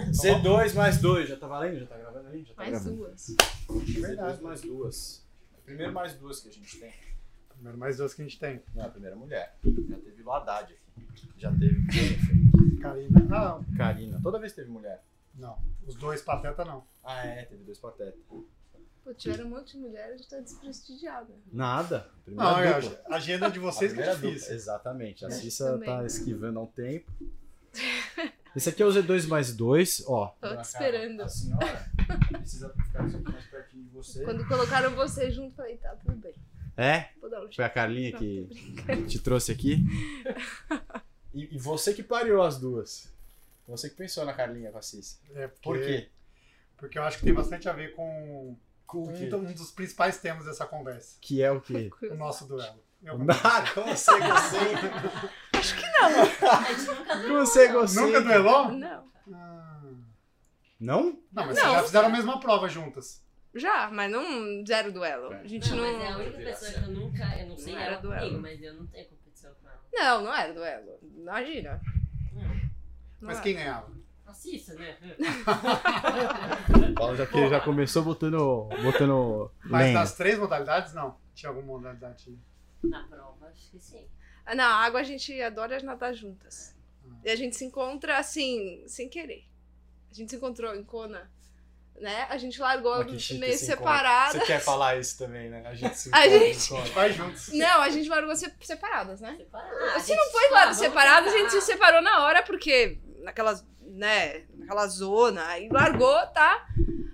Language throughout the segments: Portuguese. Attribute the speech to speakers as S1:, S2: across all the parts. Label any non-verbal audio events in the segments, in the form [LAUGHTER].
S1: Tá Z2 mais 2, já tá valendo? Já tá gravando aí? Já tá
S2: Mais duas.
S1: gravando. Z2 mais duas. Primeiro mais duas que a gente tem.
S3: Primeiro mais duas que a gente tem.
S1: Não, a primeira é mulher. Já teve o Haddad aqui. Já teve Jennifer,
S3: Karina. Ah, não.
S1: Karina. Toda vez teve mulher.
S3: não. Os dois pateta não.
S1: Ah, é, teve dois patetas.
S2: Pô, tiveram um monte de mulher, a gente tá desprestigiada.
S1: Nada.
S3: Não, é
S1: Primeira é dupla.
S3: a agenda de
S1: A
S3: vocês que
S1: primeira
S3: é
S1: dupla,
S3: difícil.
S1: Exatamente. A
S2: Eu
S1: Cissa
S2: também.
S1: tá esquivando há um
S2: [LAUGHS]
S1: tempo. Esse aqui é o Z2 mais 2, ó.
S2: Tô te
S1: Dona Carla,
S2: esperando.
S1: A senhora precisa ficar sempre mais pertinho de você.
S2: Quando colocaram você junto, falei, tá, tudo bem.
S1: É?
S2: Vou dar um
S1: Foi
S2: cheiro.
S1: a Carlinha
S2: Não,
S1: que
S2: tô brincando.
S1: te trouxe aqui.
S2: [LAUGHS]
S1: E, e você que pariu as duas. Você que pensou na Carlinha com a Cissa.
S3: É
S1: Por
S3: porque-
S1: quê?
S3: Porque eu acho que tem bastante a ver com
S1: Com
S3: um, do- um dos principais temas dessa conversa.
S1: Que é o quê?
S3: O nosso duelo. Eu Ah,
S1: Nada, como você gostei.
S4: A gente nunca
S1: Como você gostei.
S3: Nunca duelou?
S2: Não.
S3: Ah,
S1: Não?
S3: Não, mas
S2: Não.
S3: vocês já fizeram a mesma prova juntas.
S2: Já, mas não zero duelo. A gente
S4: Não,
S2: não.
S4: mas é a única pessoa que eu nunca. Eu não sei
S2: Não era
S4: ela
S2: duelo.
S4: comigo, mas eu não tenho competição com ela.
S2: Não, não era duelo. Imagina.
S4: Não.
S2: Não é.
S3: Mas
S2: era.
S3: quem ganhava?
S4: Assista, né? [LAUGHS]
S1: O Paulo já, que- já começou botando. botando
S3: Mas
S1: lenha.
S3: das três modalidades, não. Tinha alguma modalidade.
S4: Na prova, acho que sim.
S2: Ah, Não, a água a gente adora é nadar juntas. E a gente se encontra assim, sem querer. A gente se encontrou em Kona, né? A gente largou
S1: Mas que chique
S2: meio
S1: esse encontro.
S2: separada.
S1: Você quer falar isso também, né? A gente se
S2: [LAUGHS] A
S1: encontra,
S2: gente-
S3: A gente
S1: encontra.
S3: vai juntos.
S2: Não, a gente largou se- separadas, né?
S4: Separada.
S2: Se não foi claro separado, a gente é se separou na hora, porque naquela, né, naquela zona, aí largou, tá?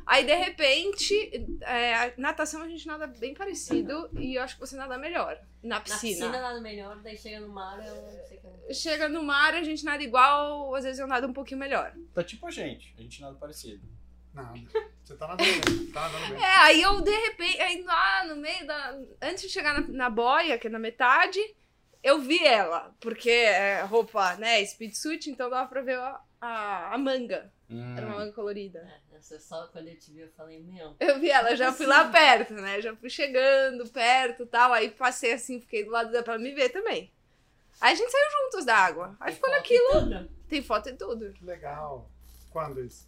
S2: Aí, de repente, é, a natação a gente nada bem parecido e eu acho que você nada melhor na
S4: Na
S2: piscina.
S4: piscina nada melhor, daí chega no mar, eu não sei como. é.
S2: Chega no mar, a gente nada igual, às vezes eu nado um pouquinho melhor.
S1: Tá tipo a gente. A gente nada parecido.
S3: Nada. Você tá nadando bem. Tá nadando bem.
S2: É, aí eu, de repente, aí lá no meio da. Antes de chegar na, na boia, que é na metade, eu vi ela, porque é roupa, né, speed suit, então dava pra ver a- a- a manga. Era
S1: Hum.
S2: uma manga colorida.
S4: É, eu sei só quando eu te vi, eu falei, meu.
S2: Eu vi ela, já fui lá perto, né? Já fui chegando perto e tal. Aí passei assim, fiquei do lado dela pra ela me ver também. Aí a gente saiu juntos da água. Aí ficou
S4: foto e
S2: naquilo.
S4: tudo.
S2: Tem foto e tudo.
S3: Que legal. Quando isso?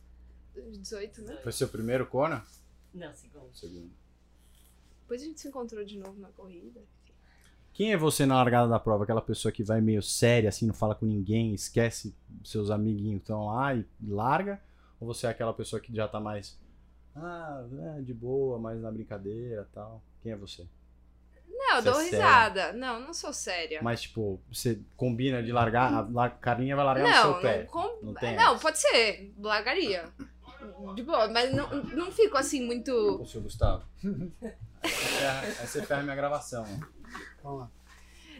S2: 18, né?
S1: Foi seu primeiro Kona?
S4: Não, segundo.
S1: Segundo.
S2: Depois a gente se encontrou de novo na corrida.
S1: Quem é você na largada da prova? Aquela pessoa que vai meio séria, assim, não fala com ninguém, esquece seus amiguinhos que estão lá e larga? Ou você é aquela pessoa que já tá mais. Ah, é, de boa, mais na brincadeira tal? Quem é você?
S2: Não, eu
S1: Você é
S2: dou
S1: séria?
S2: risada. Não, não sou séria.
S1: Mas, tipo, você combina de largar, a lar- Carlinha vai largar no
S2: não,
S1: é seu pé.
S2: não, com- é,
S1: Não tem
S2: não,
S1: essa.
S2: pode ser. Largaria. De boa, mas não, não fico assim muito.
S1: Ô, seu Gustavo. [LAUGHS] aí, você ferra, aí você ferra minha gravação.
S3: Vamos lá.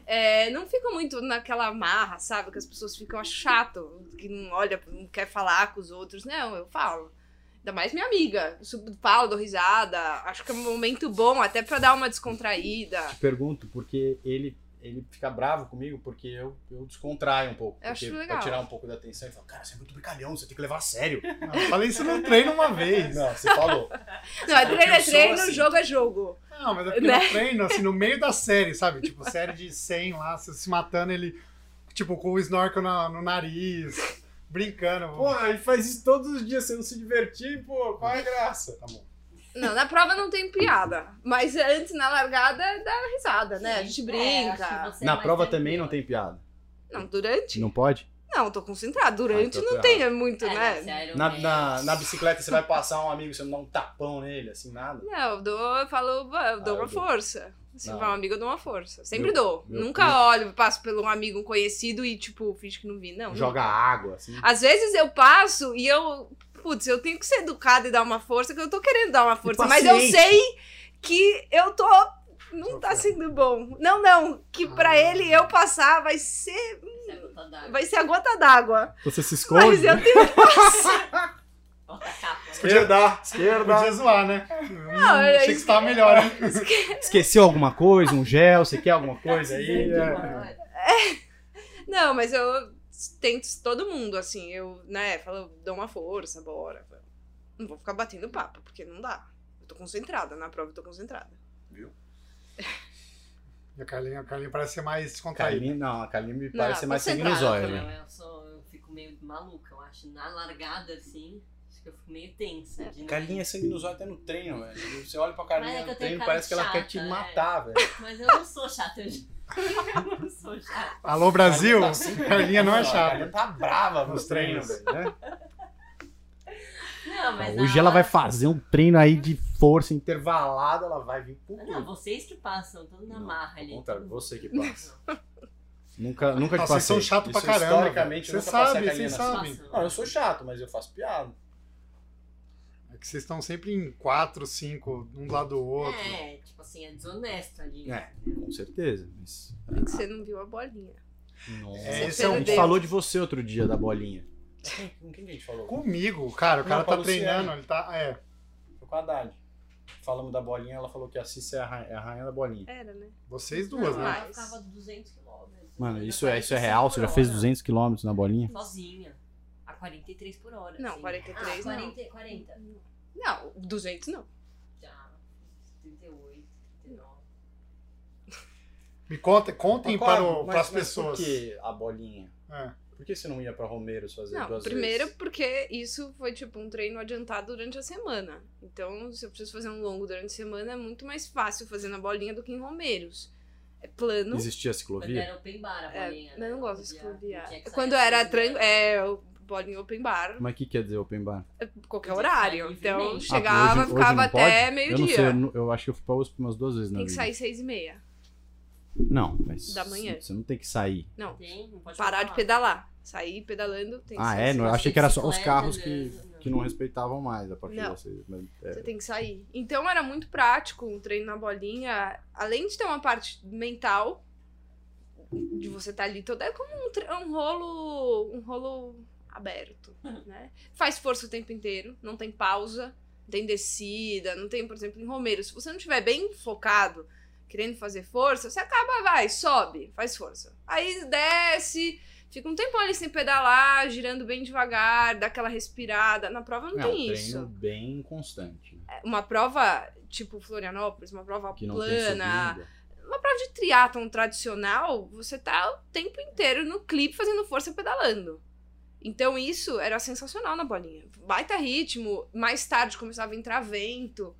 S2: É, não fico muito naquela marra, sabe? Que as pessoas ficam acho chato, que não olha, não quer falar com os outros. Não, eu falo. Ainda mais minha amiga. Sub- Falo, dou risada. Acho que é um momento bom, até pra dar uma descontraída.
S1: Te pergunto porque ele, ele fica bravo comigo porque eu, eu descontraio um pouco.
S2: Eu acho
S1: porque
S2: legal.
S1: Pra tirar um pouco da atenção e falar, cara, você é muito brincalhão, você tem que levar a sério.
S3: Não, eu falei isso no treino uma vez.
S1: Não, você falou.
S2: Não, é treino, é
S1: sou
S2: treino,
S1: assim.
S2: jogo é jogo.
S3: Não, mas é
S4: Né?
S3: porque no treino, assim, no meio da série, sabe? Tipo, série de 100 lá, se se matando, ele, tipo, com o snorkel na- no, nariz, brincando.
S1: ele faz isso todos os dias, você não se divertir, pô, qual é a graça?
S3: Tá bom.
S2: Não, na prova não tem piada. Mas antes, na largada, é dar risada, né? A gente
S4: É, acho
S2: brinca.
S4: que você é
S1: Na
S4: mais
S1: prova
S4: tranquila.
S1: também não tem piada.
S2: Não, durante?
S1: Não pode?
S2: Não, tô concentrada. Durante
S1: Ah, então
S2: não
S1: tô errado.
S2: tem é muito,
S4: É,
S2: né?
S4: não, se a Iron
S1: Na,
S4: Man-
S1: na, na bicicleta você vai passar um amigo, você não dá um tapão nele, assim, nada.
S2: Não, eu dou, eu falo, "Bah, eu dou
S1: Ah, eu dou.
S2: uma força. Se
S1: Não.
S2: for um amigo, eu dou uma força. Sempre
S1: Meu-
S2: dou.
S1: meu
S2: Nunca
S1: cu.
S2: olho, passo por um amigo conhecido e, tipo, finge que não vi, não.
S1: Joga
S2: nunca.
S1: água, assim.
S2: Às vezes eu passo e eu. Putz, eu tenho que ser educada e dar uma força, que eu tô querendo dar uma força. Mas eu
S1: paciente.
S2: sei que eu tô. Não
S3: Tô
S2: tá
S3: ferrado.
S2: sendo bom. Não, não. Que pra
S3: Ah.
S2: ele eu passar vai ser.
S4: Você é gota d'água.
S2: Vai ser a gota d'água.
S1: Então Você se
S2: Mas eu tenho que passar.
S4: Bota a capa. né?
S1: Esquerda,
S3: Podia zoar, né?
S1: [LAUGHS]
S3: Não,
S2: é
S3: achei que
S2: isso.
S3: você tava melhor, hein?
S1: Esqueceu alguma coisa, um gel, você quer alguma coisa aí? é-
S2: Não, mas eu tento todo mundo, assim, eu, né, falo, dou uma força, bora. Não vou ficar batendo papo, porque não dá. Eu tô concentrada, na prova eu tô concentrada.
S3: E a Carlinha, a Carlinha parece ser mais descontraída.
S1: Kaline, não, a Kaline me
S2: Não,
S1: parece ser mais
S2: concentrada
S1: sanguinozóia,
S2: também.
S1: né?
S4: Eu sou, eu fico fico meio maluca, eu acho. Na largada, assim, acho que eu fico meio tensa. de não-
S1: Carlinha é sangue nos olhos até no trem, ó, velho. Você olha pra Carlinha
S4: Mas é que
S1: no
S4: eu tenho
S1: trem,
S4: cara
S1: parece que ela quer
S4: chata,
S1: te
S4: né?
S1: matar, velho.
S4: Mas eu não sou chata, eu [LAUGHS] juro. eu não sou chata.
S3: Alô, Brasil?
S1: Carlinha tá assim,
S3: [LAUGHS] Carlinha não é
S1: ó,
S3: chata.
S1: Carlinha tá brava nos
S3: Nos
S1: treinos,
S3: treinos.
S1: velho. né?
S4: Não, mas
S1: Hoje
S4: na
S1: ela vai
S4: hora-
S1: fazer um treino aí de força intervalada, ela vai vir por
S4: Não, vocês que passam, todo na
S1: Não,
S4: marra
S1: Ao
S4: ali.
S1: contrário,
S4: tudo.
S1: você que passa. [LAUGHS] Nunca, nunca te
S3: Nossa, vocês
S1: passei.
S3: são chato pra
S1: Isso, é
S3: caramba.
S1: Historicamente, eu
S3: Vocês
S1: nunca passei a
S3: sabem,
S1: Carlinha
S3: vocês
S1: na-
S3: sabem.
S4: Nossa,
S1: Não, ah, eu sou chato, mas eu faço piada.
S3: É que vocês estão sempre em quatro, cinco, um do lado do outro.
S4: É, tipo assim, é desonesto ali.
S1: É, com certeza. Mas...
S2: É que você não viu a bolinha.
S1: Nossa.
S3: É,
S1: a
S3: esse é um-
S1: gente falou de você outro dia, da bolinha. Com quem que a gente falou?
S3: Comigo, cara, o
S1: Não,
S3: cara
S1: com a
S3: tá
S1: Luciana.
S3: treinando, ele tá. É,
S1: Foi com a Haddad. Falamos da bolinha, ela falou que a Cissa é a ra- é a rainha da bolinha.
S2: Era, né?
S3: vocês
S4: Não,
S3: duas, né?
S4: Eu ficava 200 quilômetros.
S1: Mano,
S4: eu
S1: isso é,
S4: andava
S1: isso é real? Você já fez 200
S4: 200
S1: km na bolinha?
S4: Sozinha. A 43 por hora.
S2: Não,
S4: assim.
S2: 43
S4: ah,
S2: não.
S4: 40, 40.
S2: Não, 200 não.
S4: Já. 38, 39.
S3: Me conta, contem
S1: Mas
S3: para
S1: qual- é
S3: o,
S1: mas-
S3: as
S1: mas
S3: pessoas.
S1: Por que a bolinha?
S3: É.
S1: Por que você não ia pra Romeiros fazer
S2: Não,
S1: duas
S2: primeiro
S1: vezes?
S2: porque isso foi tipo um treino adiantado durante a semana. Então, se eu preciso fazer um longo durante a semana, é muito mais fácil fazer na bolinha do que em Romeiros. É plano.
S1: Existia
S4: Quando
S1: ciclovia?
S4: era open bar a
S2: É,
S4: bolinha.
S2: mas eu não gosto de
S4: Podia-
S2: ciclovia.
S4: tinha que
S2: Quando
S4: sair
S2: era
S4: assim,
S2: tran
S4: né?
S2: é, o bolinha open bar,
S1: Mas o que quer dizer open bar?
S2: é, qualquer
S4: Podia
S2: horário.
S4: sair
S2: Então,
S4: livremente.
S1: Ah,
S2: chegava,
S1: hoje- hoje
S2: ficava
S1: não
S2: até
S1: pode? Eu não sei, eu,
S2: meio-dia.
S1: não- eu acho que eu fui pra USP umas duas vezes na
S2: Tem que
S1: vida.
S2: sair seis e meia.
S1: Não, mas
S2: Da manhã.
S1: você não tem que sair.
S2: Não,
S4: Tem? Não pode
S2: parar de
S4: falar.
S2: pedalar. Sair pedalando tem que
S1: ah,
S2: sair.
S1: é? Não, eu
S4: você
S1: achei
S4: de
S1: que era só os
S4: bicicleta,
S1: carros
S4: né?
S1: que, que não respeitavam mais a partir
S2: Não.
S1: dessas. Mas, é,
S2: Você tem que sair. Então era muito prático o treino na bolinha, além de ter uma parte mental de você estar ali toda, é como um, tre- um rolo, um rolo
S1: [LAUGHS]
S2: aberto, né? Faz força o tempo inteiro, não tem pausa, não tem descida, não tem, por exemplo, em Romeiro, se você não estiver bem focado, querendo fazer força, você acaba, vai, sobe, faz força. Aí desce, fica um tempão ali sem pedalar, girando bem devagar, dá aquela respirada. Na prova não,
S1: é um
S2: tem
S1: treino
S2: isso
S1: bem constante. né?
S2: uma prova tipo Florianópolis, uma prova
S1: Que não
S2: plana, Um
S1: tem subida.
S2: uma prova de triatlon tradicional, você tá o tempo inteiro no clipe fazendo força e pedalando. Então isso era sensacional na bolinha. Baita ritmo, mais tarde começava a entrar vento.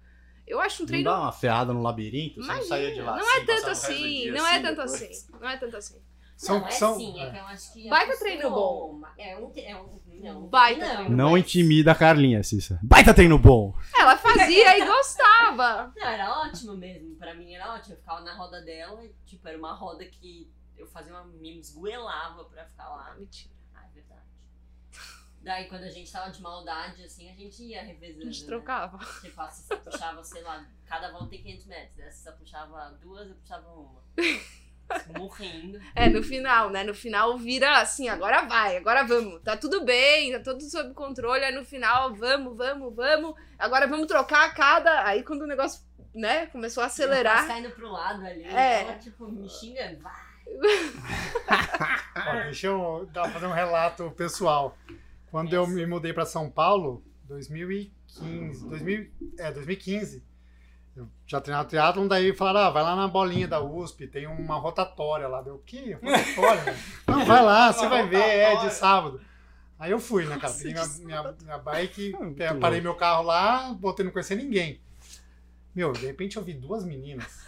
S2: Eu acho um
S1: Não
S2: treino
S1: dá uma ferrada no labirinto? Você não
S2: Imagina,
S1: saía de lá.
S2: não
S1: assim,
S2: é tanto
S1: passava o resto do
S2: assim,
S1: dia
S2: não é tanto
S1: depois?
S2: assim, não é tanto assim.
S3: São,
S4: não, é
S3: são,
S4: sim, é
S3: é.
S4: que eu acho que.
S2: Baita
S4: acostumou.
S2: treino bom.
S4: É um. tre- É um não,
S2: Baita
S4: não,
S2: treino
S1: Não
S4: mas-
S1: intimida a Carlinha, Cissa. Baita treino bom!
S2: Ela fazia e
S4: [LAUGHS]
S2: gostava.
S4: Não, era ótimo mesmo. Pra mim era ótimo. Eu ficava na roda dela, e, tipo, era uma roda que eu fazia uma. me esgoelava pra ficar lá.
S2: Mentira.
S4: Ah, é verdade. Daí quando a gente tava de maldade, assim, a gente ia
S2: A
S4: revezando.
S2: gente
S4: né?
S2: trocava.
S4: Tipo, a Cissa puxava, sei lá, cada volta tem 500 metros. Né? A Cissa puxava duas, eu puxava
S2: [LAUGHS]
S4: uma. Morrendo.
S2: É, no final, né? No final vira assim, agora vai, agora vamos. Tá tudo bem, tá tudo sob controle. Aí no final, vamos, vamos, vamos. Agora vamos trocar a cada. Aí quando o negócio, né, começou a
S4: Eu
S2: acelerar.
S4: tava tá saindo pro lado ali.
S2: É.
S4: Ela, tipo, me xingando. Vai.
S1: É.
S3: Ó, deixa eu dar, fazer um relato pessoal. Quando eu me mudei para São Paulo, 2015, 2000, é, 2015, eu já treinava triatlon, daí falaram, ah, vai lá na bolinha da USP, tem uma rotatória lá. Deu, o quê?
S1: [LAUGHS]
S3: Rotatória? Não, vai lá, você vai ver, é de sábado. Aí eu fui, né, cara? Peguei minha, minha, minha bike,
S1: Ah, muito
S3: eh, parei meu carro lá, botei não conhecer ninguém. Meu, de repente eu vi duas meninas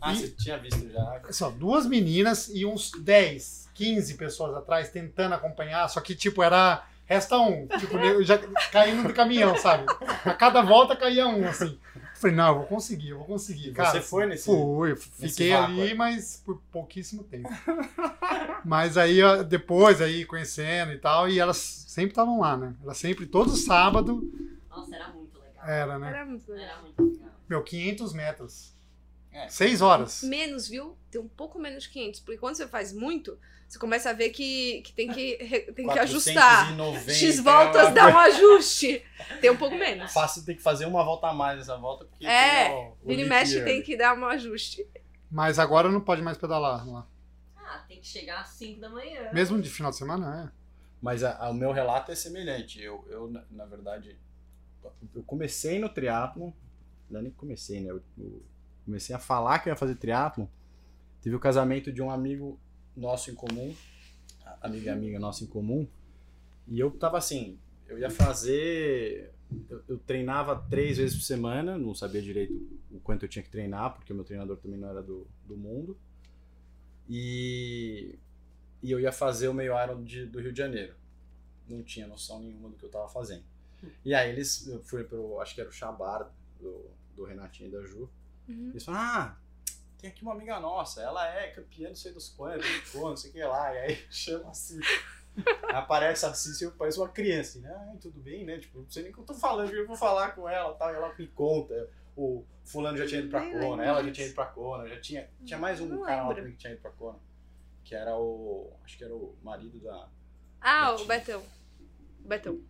S1: Ah, você tinha visto já.
S3: só assim, duas meninas e uns 10, 15 pessoas atrás tentando acompanhar, só que tipo era resta um, tipo eu já caindo do caminhão, sabe? A cada volta caía um assim. Eu Falei, não, eu vou conseguir, eu vou conseguir.
S1: Você
S3: Cara,
S1: foi nesse-
S3: Fui, eu fiquei
S1: vácuo
S3: ali,
S1: aí?
S3: mas por pouquíssimo tempo. mas aí, ó, depois, aí, conhecendo e tal, e elas sempre estavam lá, né? Elas sempre, todo sábado
S4: Nossa, era muito legal.
S3: era, né?
S2: Era muito legal.
S4: Era muito legal.
S3: Meu, 500 metros.
S1: É.
S3: Seis horas.
S2: Menos, viu? Tem um pouco menos de 500. Porque quando você faz muito, você começa a ver que, que tem que, re- tem que ajustar.
S1: 490,
S2: X voltas dá um ajuste. Tem um
S1: [LAUGHS]
S2: pouco menos.
S1: Fácil tem que fazer uma volta a mais nessa volta, porque
S2: É,
S1: tem o- o
S2: Vini
S1: leap
S2: mexe
S1: year.
S2: tem que dar um ajuste.
S3: Mas agora não pode mais pedalar lá.
S4: Ah, tem que chegar às 5 da manhã.
S3: Mesmo de final de semana, é.
S1: Mas a- a- o meu relato é semelhante. Eu, eu, na, na verdade, eu comecei no triatlon, não nem comecei, né? Eu, eu comecei a falar que eu ia fazer triatlon. Teve o casamento de um amigo nosso em comum, a- amiga e amiga nossa em comum, E eu tava assim, eu ia fazer. Eu, eu treinava três vezes por semana, não sabia direito o quanto eu tinha que treinar, porque o meu treinador também não era do, do mundo. E, e eu ia fazer o meio Iron de, do Rio de Janeiro. Não tinha noção nenhuma do que eu tava fazendo. E aí eles, eu fui pro, acho que era o Chabar do, do Renatinho e da Ju.
S2: Uhum.
S1: Eles falaram, ah, tem aqui uma amiga nossa, ela é campeã não sei dos quantos, não sei quando, não sei o que lá. E aí [LAUGHS] chama assim. Aí aparece a Cícia e eu pareço uma criança, né? Ai, tudo bem, né? Tipo, não sei nem o que eu tô falando, eu vou falar com ela tal. E ela me conta. O fulano já tinha ido pra
S2: Nem
S1: Kona,
S2: lembro
S1: ela já
S2: disso.
S1: tinha ido pra Kona, já tinha. Tinha mais um
S2: Hum, Não
S1: cara lá
S2: lembro.
S1: também que tinha ido pra Kona. Que era o. Acho que era o marido da.
S2: Ah, o Betão. Betão.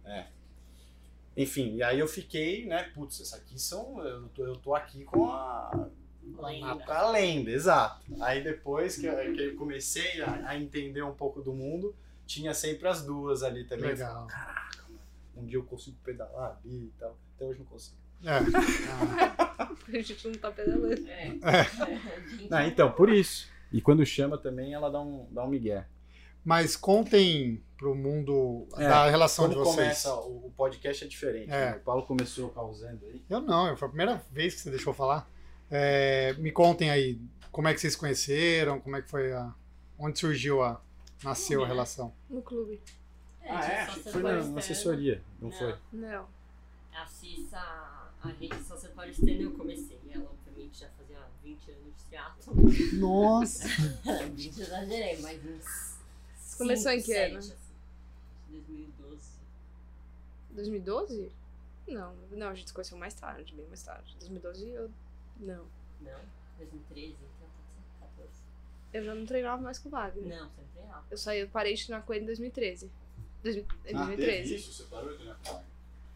S1: Enfim, e aí eu fiquei, né? Putz, essa aqui são. Eu tô, eu tô aqui com a.
S4: Lenda.
S1: Com a lenda, exato. Aí depois que eu, que eu comecei a, a entender um pouco do mundo, tinha sempre as duas ali
S3: É
S1: também.
S3: Legal.
S1: Um dia eu consigo pedalar ali e tal. Até hoje não consigo.
S3: É. Ah,
S2: [LAUGHS] A gente não tá pedalando.
S4: É.
S2: Uhum.
S1: Ah, então, por isso. E quando chama também, ela dá um, dá um migué.
S3: mas contem pro mundo
S1: É,
S3: da relação
S1: Quando
S3: de vocês.
S1: começa, o, o podcast é diferente.
S3: É.
S1: né? O Paulo começou causando aí.
S3: Eu não, foi a primeira vez que você deixou eu falar. É, me contem aí como é que vocês se conheceram, como é que foi a. Onde surgiu a. Nasceu a relação.
S2: No clube.
S1: ah, é?
S4: só
S1: Achei que
S4: ser
S1: Foi na,
S4: parceiro.
S1: na assessoria, não, foi?
S2: Não.
S4: A Cissa, a rede social paulistana eu comecei. Ela, obviamente, já fazia 20 anos de teatro.
S3: Nossa!
S4: 20 exagerei, mas uns.
S2: Começou
S4: cinco,
S2: em que ano?
S4: sete, assim. 2012.
S2: 2012? Não. Não, a gente se conheceu mais tarde, bem mais tarde. 2012 eu. Não.
S4: Não? 2013, então tá 14.
S2: Eu já não treinava mais com o Wagner.
S4: Não, sempre real.
S2: Eu saí, eu parei de treinar com ele em 2013. Dois, mil- em
S1: Ah,
S2: 2013.
S1: isso? Você parou de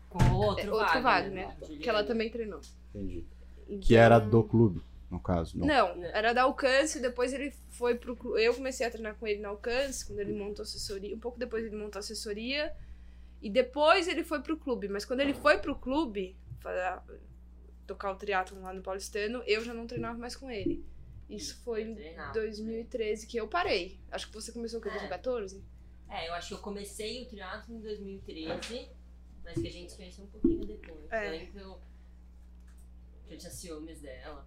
S4: Com outro,
S2: É, outro Wagner,
S4: né? Juliana.
S2: que ela também treinou.
S1: Entendi. Que
S2: Então-
S1: era do clube, no caso. Não.
S2: Não, era da Alcance, depois ele foi pro clube. Eu comecei a treinar com ele na Alcance, quando ele montou assessoria. Um pouco depois ele montou assessoria. E depois ele foi pro clube. Mas quando ele foi pro clube, para tocar o triatlon lá no Paulistano, eu já não treinava mais com ele. Isso foi né? em
S4: Treinava.
S2: 2013 que eu parei. Acho que você começou com
S4: É.
S2: 2014?
S4: É, eu acho que eu comecei o triatlo em 2013, mas que a gente se conheceu um pouquinho depois.
S2: É.
S4: Eu lembro que eu, que eu tinha ciúmes dela.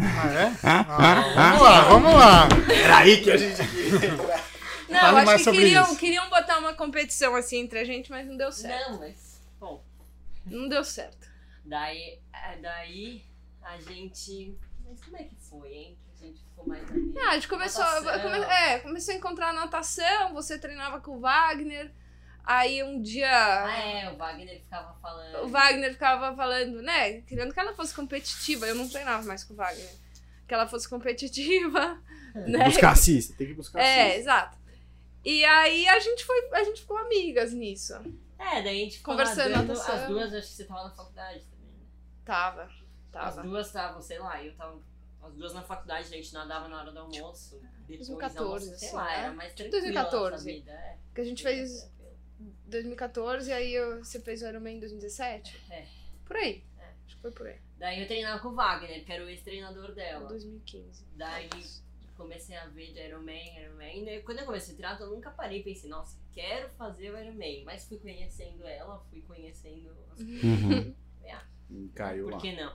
S3: Ah, é? Ah, vamos lá, vamos lá!
S1: Peraí que a gente.
S2: Não,
S3: Fale
S2: acho
S3: mais
S2: que
S3: sobre
S2: queriam,
S3: isso.
S2: queriam botar uma competição assim entre a gente, mas não deu certo.
S4: Não, mas. Bom,
S2: Não, deu certo.
S4: daí, é, daí a gente. Mas como é que foi, hein? Que a gente ficou mais amiga?
S2: Ah, a gente começou,
S4: Natação.
S2: come- é, começou a encontrar natação, você treinava com o Wagner, aí um
S4: Ah,
S2: dia
S4: é, o Wagner ficava falando.
S2: o Wagner ficava falando, né, querendo que ela fosse competitiva, eu não treinava mais com o Wagner, que ela fosse competitiva, né,
S1: É, Buscar assista, tem que buscar
S2: é,
S1: assista.
S2: exato. E aí a gente foi, a gente ficou amigas nisso,
S4: É, daí a gente ficou
S2: Conversando,
S4: nadando,
S2: natação.
S4: As duas, acho que você tava na faculdade também. né?
S2: tava,
S4: As
S2: tava,
S4: duas estavam, sei lá, eu tava. As duas na faculdade, a gente nadava na hora do almoço.
S2: Tipo,
S4: Depois,
S2: 2014,
S4: almoço, sei
S2: assim,
S4: lá,
S2: né?
S4: era mais
S2: Tipo
S4: tranquila
S2: 2014.
S4: a nossa vida. É,
S2: que a gente
S4: era
S2: fez
S4: tranquilo.
S2: 2014, aí eu- você fez o Ironman em 2017,
S4: É.
S2: por aí,
S4: É.
S2: acho que foi por aí,
S4: Daí eu treinava com o Wagner, que era o ex-treinador dela.
S2: 2015.
S4: Daí comecei a ver de Ironman, Ironman. Daí quando eu comecei a tirar, eu nunca parei e pensei, nossa, quero fazer o Ironman. Mas fui conhecendo ela, fui conhecendo as
S1: Uhum.
S2: [LAUGHS]
S4: É.
S1: Caiu lá.
S4: Por que não?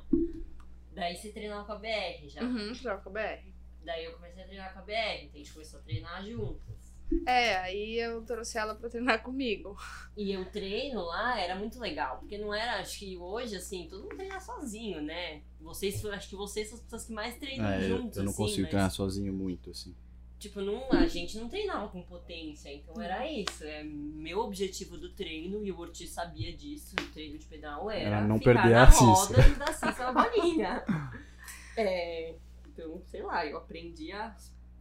S4: Daí você treinava com a BR já.
S2: Uhum, troca BR.
S4: Daí eu comecei a treinar com a BR, então a gente começou a treinar juntas.
S2: É, aí eu trouxe ela pra treinar [LAUGHS] comigo.
S4: E o treino lá era muito legal, porque não era, acho que hoje, assim, todo mundo treina sozinho, né? Vocês, acho que vocês são as pessoas que mais treinam
S1: É, eu,
S4: juntos,
S1: eu não
S4: assim,
S1: consigo
S4: mas-
S1: treinar sozinho muito, assim.
S4: Tipo, não, a gente não treinava com potência, então
S2: Hum.
S4: era isso. É meu objetivo do treino, e o Ortiz sabia disso, o treino de pedal era,
S1: Era não
S4: ficar
S1: perder
S4: na
S1: a Cissa.
S4: roda da Cissa na bolinha.
S1: [LAUGHS]
S4: É, então, sei lá, eu aprendi a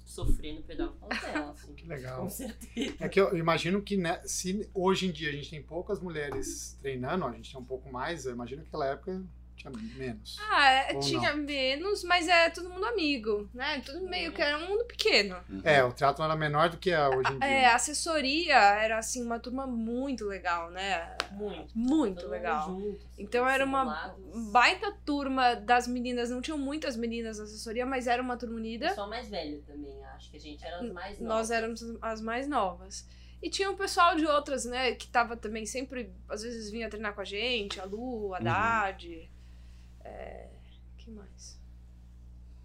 S4: sofrer no pedal com ela, assim.
S3: Que legal.
S4: Com certeza.
S3: É que eu imagino que né, se hoje em dia a gente tem poucas mulheres treinando, a gente tem um pouco mais, eu imagino que naquela época tinha menos.
S2: Ah, é,
S3: Ou
S2: tinha menos, mas é todo mundo amigo, né? Tudo meio que era um mundo pequeno.
S3: É, o teatro era menor do que é hoje em
S2: É,
S3: dia.
S2: a assessoria era assim uma turma muito legal, né?
S4: Muito.
S2: Muito
S4: Todo
S2: legal.
S4: mundo junto, assim,
S2: Então era uma
S4: simulados.
S2: baita turma das meninas, não tinham muitas meninas na assessoria, mas era uma turma unida.
S4: Pessoal mais velho também, acho que a gente era as mais novas.
S2: Nós éramos as mais novas. E tinha o pessoal de outras, né, que tava também sempre, às vezes vinha treinar com a gente, a Lu, a Haddad. É, que mais?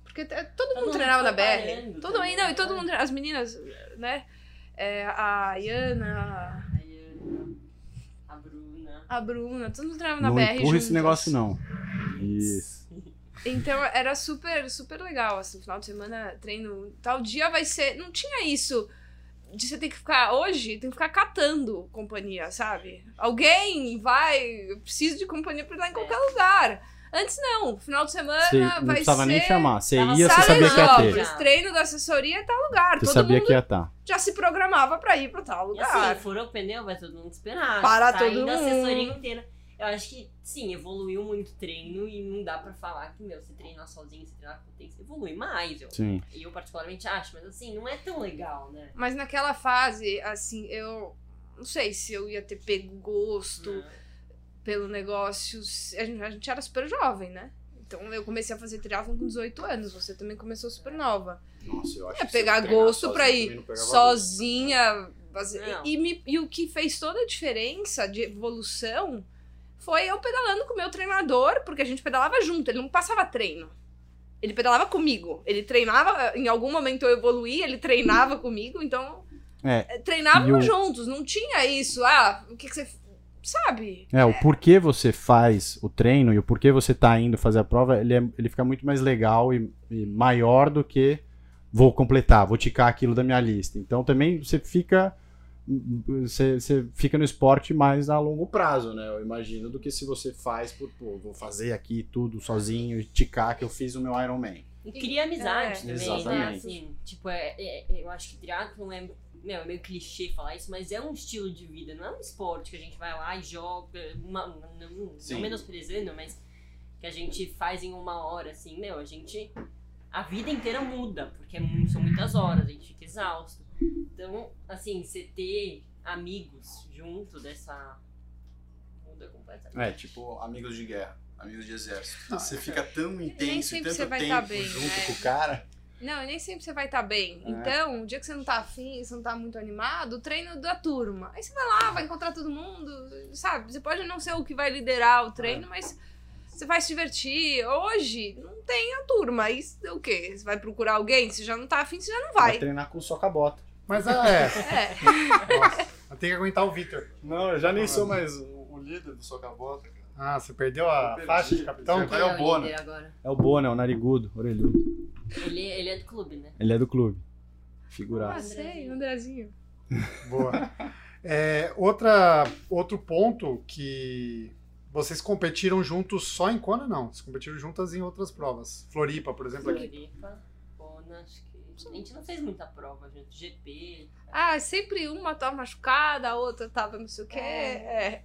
S2: Porque t- todo mundo
S4: mundo
S2: treinava na
S4: foi
S2: BR.
S4: parando
S2: Todo,
S4: também,
S2: e não, e
S4: né?
S2: todo mundo, as meninas, né? é, a Iana,
S4: A Iana, a Bruna.
S2: a Bruna, todo mundo treinava na
S1: Uhum. Não
S2: BR.
S1: empurra esse
S2: juntas.
S1: negócio, não. Isso.
S2: Então era super, super legal, assim, final de semana, treino. Tal dia vai ser. Não tinha isso de você ter que ficar hoje, tem que ficar catando companhia, sabe? Alguém vai, eu preciso de companhia pra ir lá em qualquer lugar. Antes não, final de semana
S1: Você
S2: Ah, vai
S1: não precisava
S2: ser.
S1: nem chamar. Você
S4: Tava
S1: ia, você
S4: sala
S1: sabia
S4: de
S1: que ia
S4: aula.
S1: ter.
S2: Salesópolis, treino da assessoria é tal
S1: Você
S2: lugar. Todo
S1: sabia
S2: mundo
S1: que ia tá. estar.
S2: já se programava pra ir pra tal
S4: E
S2: lugar.
S4: assim, furou o pneu, vai todo mundo esperar.
S2: Para
S4: tá
S2: todo
S4: indo a
S2: mundo.
S4: assessoria inteira. Eu acho que, sim, evoluiu muito o treino e não dá pra falar que, meu, você treinar sozinho, você treinar com tempo, você evolui mais. Eu,
S1: Sim.
S4: eu particularmente acho, mas assim, não é tão legal, né?
S2: Mas naquela fase, assim, eu não sei se eu ia ter pego gosto. pelo negócio. A gente, a gente era super jovem, né? Então eu comecei a fazer triatlon com 18 anos, você também começou super nova.
S1: Nossa, eu
S2: É pegar gosto pra ir sozinha. fazer-
S4: Não.
S2: E, me- e o que fez toda a diferença de evolução foi eu pedalando com o meu treinador, porque a gente pedalava junto, ele não passava treino. Ele pedalava comigo. Ele treinava, em algum momento eu evoluí, ele treinava comigo, então.
S1: É.
S2: eh, Treinávamos
S1: E o-
S2: juntos, não tinha isso. Ah, o que, que você. f- Sabe?
S1: É, o porquê você faz o treino e o porquê você tá indo fazer a prova, ele, é- ele fica muito mais legal e, e maior do que vou completar, vou ticar aquilo da minha lista. Então também você fica. Você, você fica no esporte mais a longo prazo, né? Eu imagino, do que se você faz por, pô, vou fazer aqui tudo sozinho e ticar que eu fiz o meu Iron Man.
S4: E cria amizade
S2: É.
S4: também, né?
S1: Exatamente.
S4: Assim, tipo, é, é- eu acho que triatlon é, meu, é meio clichê falar isso, mas é um estilo de vida, não é um esporte que a gente vai lá e joga, uma, não, não
S1: Sim.
S4: menosprezando, mas que a gente faz em uma hora, assim, meu, a gente, a vida inteira muda, porque é mu- são muitas horas, a gente fica exausto. Então, assim, você ter amigos junto dessa... Muda completamente.
S5: É, tipo amigos de guerra, amigos de exército.
S1: é.
S5: Você fica tão
S2: Nem
S5: intenso e
S2: sempre
S5: tanto
S2: você vai
S5: tempo
S2: tá bem,
S5: junto
S2: né?
S5: com o cara.
S2: Não, e nem sempre você vai estar bem. Então, o dia que você não tá afim, você não tá muito animado, o treino da turma. Aí você vai lá, vai encontrar todo mundo, sabe? Você pode não ser o que vai liderar o treino, mas você vai se divertir. Hoje, não tem a turma. Aí o quê? Você vai procurar alguém? Se já não tá afim, você já não vai.
S1: treinar com soca bota.
S3: Mas ah, é,
S2: É.
S3: mas tem que aguentar o Vitor.
S5: Não, eu já
S3: nem sou
S5: mais Ah, o líder do Socabota, cara.
S3: Ah, você perdeu a
S5: Eu perdi,
S3: faixa de capitão?
S5: perdi. Agora é o Bona.
S4: líder agora.
S1: É o Bono, é o narigudo, orelhudo.
S4: Ele, ele é do clube, né?
S1: Ele é do clube.
S2: Ah,
S1: Figurado.
S2: sei, Andrezinho.
S3: Boa. É, outra, outro ponto que vocês competiram juntos só em Kona, não. Vocês competiram juntas em outras provas. Floripa, por exemplo, aqui.
S4: Floripa, Bona, acho que. A gente não fez muita prova, gente. GP.
S2: Ah, sempre uma tava machucada, a outra tava não sei o quê. É.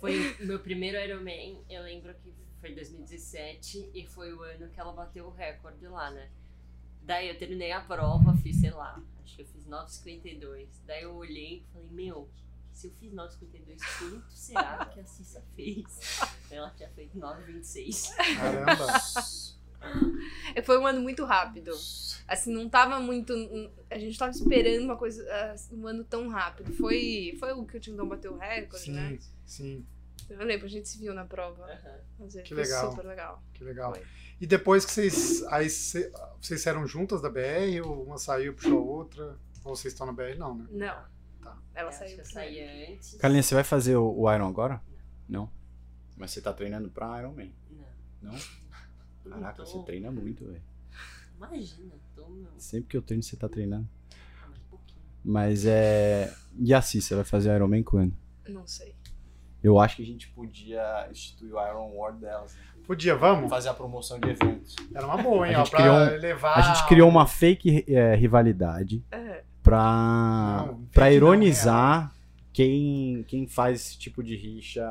S4: Foi o meu primeiro Ironman, eu lembro que foi 2017 e foi o ano que ela bateu o recorde lá, né? Daí eu terminei a prova, fiz, sei lá, acho que eu fiz 9,52. Daí eu olhei e falei, meu, se eu fiz 9,52, quanto será que a Cissa fez? Ela tinha feito 9,26.
S3: Caramba.
S2: [LAUGHS] Foi um ano muito rápido. Assim, não tava muito. hum, A gente tava esperando uma coisa. ah, Um ano tão rápido. Foi, foi o que o Tindom bateu o recorde, né?
S3: Sim, sim.
S2: Eu lembro, a gente se viu na prova. Mas
S3: Que
S2: foi
S3: legal.
S2: super legal.
S3: Que legal.
S2: Foi.
S3: E depois que vocês. Aí cê- vocês saíram juntas da BR, ou uma saiu, puxou a outra? Ou vocês estão na BR, não, né?
S2: Não.
S3: Tá.
S2: Ela
S5: É,
S4: Eu acho
S2: saiu.
S4: que eu
S2: primeiro.
S4: saí antes.
S1: Carlinha, você vai fazer o, o Iron agora? Não. Mas você tá treinando pra Iron Man.
S4: Não.
S1: Caraca,
S5: Então.
S4: Tô.
S1: você treina muito, velho.
S4: Imagina, tô meu.
S1: Sempre que eu treino, você tá treinando.
S4: Ah, mas um pouquinho.
S1: Mas é. E assim, você vai fazer Iron Man quando?
S2: Não sei.
S1: Eu acho
S5: que a gente podia instituir o Iron War delas. né?
S3: Podia, vamos?
S5: Fazer a promoção de eventos.
S3: Era uma boa, hein?
S1: A gente
S3: ó, pra
S1: criou um-
S3: elevar.
S1: A gente criou uma fake eh, rivalidade
S2: É.
S1: pra,
S3: Não, é
S1: pra
S3: fake não,
S1: ironizar quem, quem faz esse tipo de rixa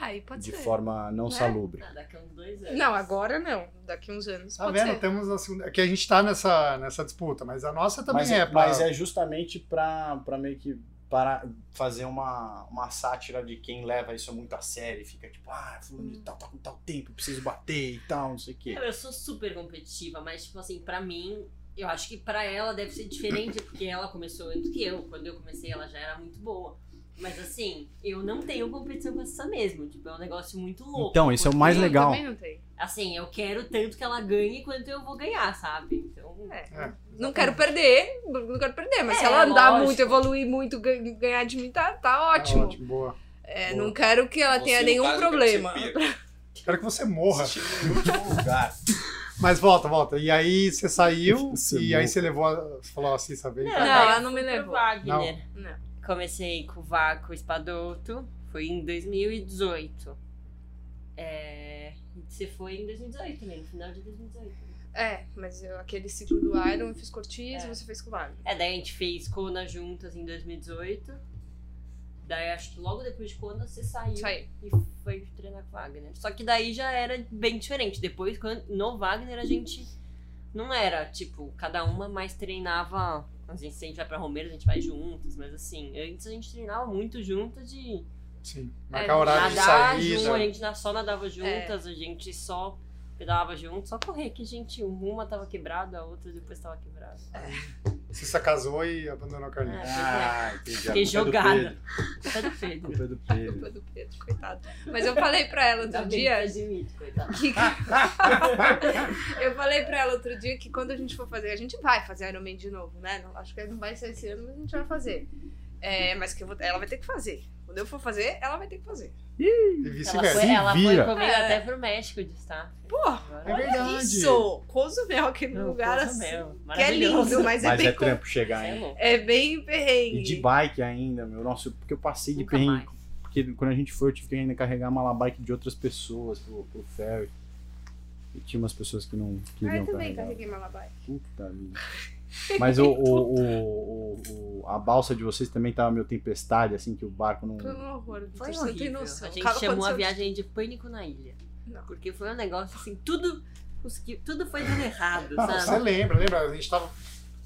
S2: Aí Ah, pode
S1: de
S2: ser.
S1: forma não
S2: Né?
S1: salubre.
S4: Ah, daqui a uns dois anos.
S2: Não, agora não. Daqui uns anos.
S3: Tá
S2: pode
S3: vendo?
S2: ser.
S3: Temos a segunda. Que a gente tá nessa, nessa disputa, mas a nossa também
S1: mas,
S3: é. pra-
S1: mas é justamente pra, pra meio que para fazer uma, uma sátira de quem leva isso muito a sério e fica tipo, ah, fulano
S2: Hum.
S1: de tal, tá com tal tempo, preciso bater e tal, não sei o quê.
S4: Eu, eu sou super competitiva, mas, tipo assim, pra mim, Eu acho que pra ela deve ser diferente, porque ela começou antes que eu. Quando eu comecei, ela já era muito boa. Mas assim, eu não tenho competição com essa mesmo. Tipo, é um negócio muito louco.
S1: Então, esse é o mais
S4: porque,
S1: legal.
S2: Também não tem.
S4: Assim, eu quero tanto que ela ganhe quanto eu vou ganhar, sabe? Então.
S2: É.
S3: É.
S2: Não quero perder, não quero perder, mas
S4: É,
S2: se ela andar
S4: lógico.
S2: muito, evoluir muito, gan- ganhar de mim, tá, tá ótimo.
S3: Tá ótimo, boa.
S2: É,
S3: Boa.
S2: não quero que ela
S5: Você
S2: tenha
S5: não
S2: nenhum
S5: faz o que
S2: problema.
S5: você quer.
S3: Quero que você
S2: [LAUGHS]
S3: morra.
S5: Você chega em último lugar.
S3: Mas volta, volta. E aí você saiu
S1: [LAUGHS] Você
S3: e
S1: morra.
S3: aí você levou. A... Você falou assim, sabe?
S2: Não, ela não me levou.
S4: Wagner.
S2: Não.
S4: Comecei com o Vaco Espadoto, foi em 2018. É... Você foi em 2018 também, no final de 2018.
S2: É, mas eu- aquele ciclo do Iron eu fiz cortiz
S4: É.
S2: você fez com o [LAUGHS] Wagner.
S4: É, daí a gente fez Kona juntas em 2018. Daí acho que logo depois de Kona você saiu
S2: Isso aí.
S4: e foi treinar com o Wagner. Só que daí já era bem diferente. Depois, quando- no Wagner, a gente não era, tipo, cada uma mais treinava. Assim, se a gente vai pra Romero, a gente vai juntas, mas assim, antes a gente treinava muito juntas de
S3: Sim.
S2: É,
S3: Marcar horário de
S4: nadar
S3: saída.
S4: junto, a gente na- só nadava juntas, a gente só pedalava junto, só correr que, gente, uma tava quebrada, a outra depois tava quebrada.
S3: Você se casou e abandonou a Carlinhos.
S2: É.
S5: Ah, entendi.
S4: Fiquei
S5: A culpa é do Pedro.
S4: jogada. [LAUGHS] Tá do Pedro.
S1: Culpa é do Pedro.
S2: Culpa do Pedro, coitado. Mas eu falei pra ela
S4: Ainda
S2: outro
S4: bem
S2: dia.
S4: que admite, coitado.
S2: que- [LAUGHS] eu falei pra ela outro dia que quando a gente for fazer, a gente vai fazer Iron Man de novo, né? Não- acho que não vai ser esse ano, mas a gente vai fazer. É, mas que eu vou- ela vai ter que fazer. Quando eu for fazer, ela vai ter que fazer.
S3: E
S4: Ela foi,
S3: vice-versa.
S1: Se
S4: ela foi
S1: vira.
S4: comigo
S2: É.
S4: até pro México de staff.
S2: Pô,
S3: É
S4: Agora-
S3: verdade.
S2: isso! Cozumel, aquele
S4: Não,
S2: lugar
S4: Cozumel,
S2: assim. Que é
S4: maravilhoso.
S2: lindo, mas, é
S1: Mas
S2: bem.
S1: é
S2: com-
S1: trampo chegar
S4: É
S1: ainda.
S4: louco.
S2: é bem perrengue.
S1: E de bike ainda, meu. Nossa, porque eu passei de
S4: Nunca
S1: perrengue.
S4: mais.
S1: Porque quando a gente foi, eu tive que ainda carregar uma bike de outras pessoas pro, pro ferry. E tinha umas pessoas que não
S2: Ah,
S1: queriam
S2: eu também
S1: carregar.
S2: carreguei malabai.
S1: Puta vida. Mas o, o- o- o- o- a balsa de vocês também tava meio tempestade, assim, que o barco não.
S2: Foi um horror. Vitor,
S4: Foi
S2: você não tem
S4: horrível.
S2: noção.
S4: A gente
S2: Cada
S4: chamou a
S2: condição-
S4: viagem de pânico na ilha.
S2: Não.
S4: Porque foi um negócio assim, tudo, os que- tudo foi dando errado,
S3: Ah, você
S4: sabe?
S3: lembra, lembra? A gente tava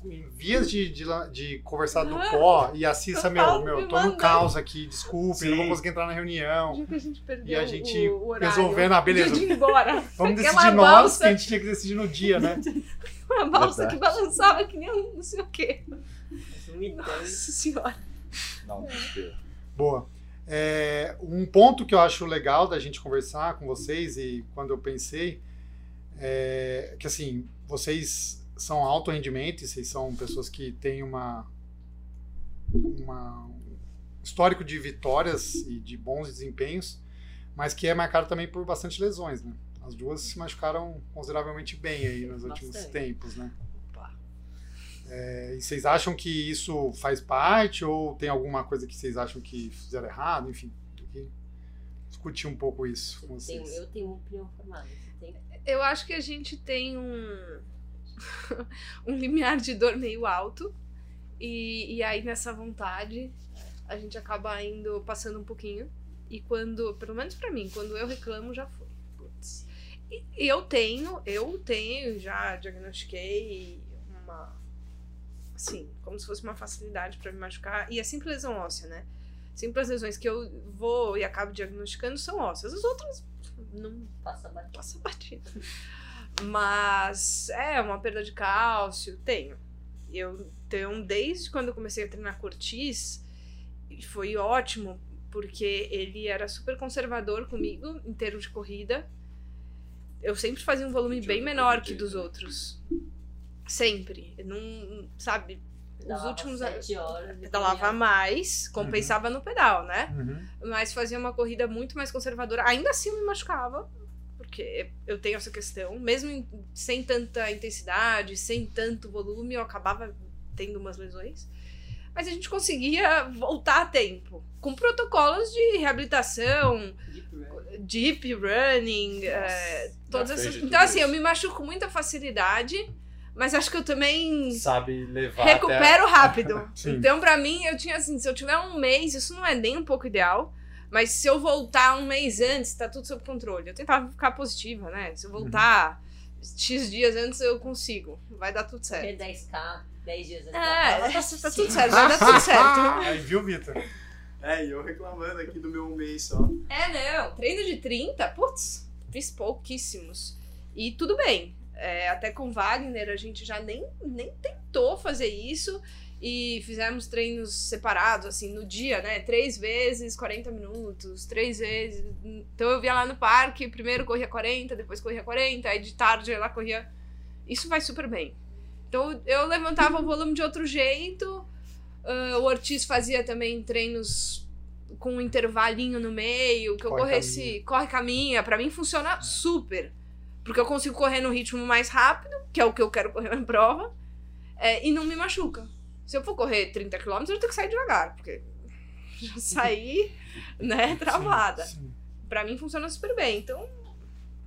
S3: em vias de, de, la- de conversar do
S2: Ah,
S3: pó e a Cissa, meu,
S2: total,
S3: meu,
S2: me
S3: tô no
S2: mandando.
S3: caos aqui, desculpe,
S1: Sim.
S3: não vou conseguir entrar na
S2: O [LAUGHS]
S3: reunião.
S2: dia que a gente perdeu
S3: E a gente
S2: o, o horário.
S3: resolvendo, ah, beleza.
S2: O dia de ir embora. [LAUGHS]
S3: Vamos
S2: Aquela
S3: decidir nós,
S2: balsa.
S3: que a gente tinha que decidir no dia, né?
S2: Uma balsa
S1: Verdade.
S2: que balançava que nem um não sei o quê.
S4: Então,
S3: é
S2: Nossa é um senhora.
S1: Não, um desespero.
S3: Boa. É, um ponto que eu acho legal da gente conversar com vocês e quando eu pensei é que assim vocês são alto rendimento, e vocês são pessoas que têm uma, uma um histórico de vitórias e de bons desempenhos, mas que é marcado também por bastante lesões, né? As duas se machucaram consideravelmente bem aí nos últimos
S4: Bastante.
S3: tempos, né? É,
S2: Opa.
S3: E vocês acham que isso faz parte ou tem alguma coisa que vocês acham que fizeram errado? Enfim, que- discutir um pouco isso com
S4: tenho-
S3: vocês.
S4: eu tenho uma opinião formada. você tem?
S2: Eu acho que a gente tem um, [LAUGHS] um limiar de dor meio alto. E, e aí, nessa vontade, a gente acaba indo passando um pouquinho. E quando, pelo menos pra mim, quando eu reclamo, já foi. Putz. E e eu tenho, eu tenho, já diagnostiquei uma. Assim, como se fosse uma facilidade pra me machucar. E é sempre lesão óssea, né? Sempre as lesões que eu vou e acabo diagnosticando são ósseas. As outras não,
S4: Passa batido.
S2: passa batido. Mas é uma perda de cálcio, tenho. Eu tenho um desde quando eu comecei a treinar cortiz, e foi ótimo, porque ele era super conservador comigo em termos de corrida. Eu sempre fazia um volume
S5: Gente,
S2: bem
S5: eu
S2: menor que
S5: acreditei,
S2: dos
S5: né?
S2: outos. Sempre. Eu não, sabe, os
S4: Pedalava
S2: últimos tá
S4: sete horas. e
S2: pedalava mais, compensava no pedal, né?
S3: Uhum.
S2: mas fazia uma corrida muito mais conservadora. Ainda assim eu me machucava, porque eu tenho essa questão. Mesmo em- sem tanta intensidade, sem tanto volume, eu acabava tendo umas lesões. Mas a gente conseguia voltar a tempo. Com protocolos de reabilitação,
S4: caminhava de pro-
S2: deep running, eh, todas
S5: Já fez
S2: essas.
S5: de tudo
S2: Então, assim,
S5: isso.
S2: eu me machuco com muita facilidade, mas acho que eu também
S1: Sabe levar. Até...
S2: recupero rápido.
S3: Sim.
S2: Então, pra mim, eu tinha assim, se eu tiver um mês, isso não é nem um pouco ideal. Mas se eu voltar um mês antes, tá tudo sob controle. Eu tentava ficar positiva, né? Se eu voltar X dias antes, eu consigo. Vai dar tudo certo.
S4: Correr 10k, 10 dias antes da prova,
S2: É,
S4: tá
S2: [LAUGHS] tá tudo
S4: assistindo.
S2: certo, vai dar tudo certo.
S3: Aí, viu, Vitor?
S5: É, e eu reclamando aqui do meu mês só.
S2: É, não. Treino de 30, putz, fiz pouquíssimos. E tudo bem. É, até com Wagner a gente já nem, nem tentou fazer isso e fizemos treinos separados, assim, no dia, né? Três vezes 40 minutos, três vezes. Então eu via lá no parque, primeiro corria 40, depois corria 40, aí de tarde ela corria. Isso vai super bem. Então eu levantava o volume de outro jeito. ah, o Ortiz fazia também treinos com um intervalinho no meio, que eu
S3: Corre
S2: corresse, corre caminha. Pra mim funciona super. Porque eu consigo correr num ritmo mais rápido, que é o que eu quero correr na prova, é, e não me machuca. Se eu for correr 30 km, eu tenho que sair devagar, porque [LAUGHS] já saí, né,
S4: Tá
S2: travada.
S3: Sim.
S2: Pra mim funciona super bem. Então,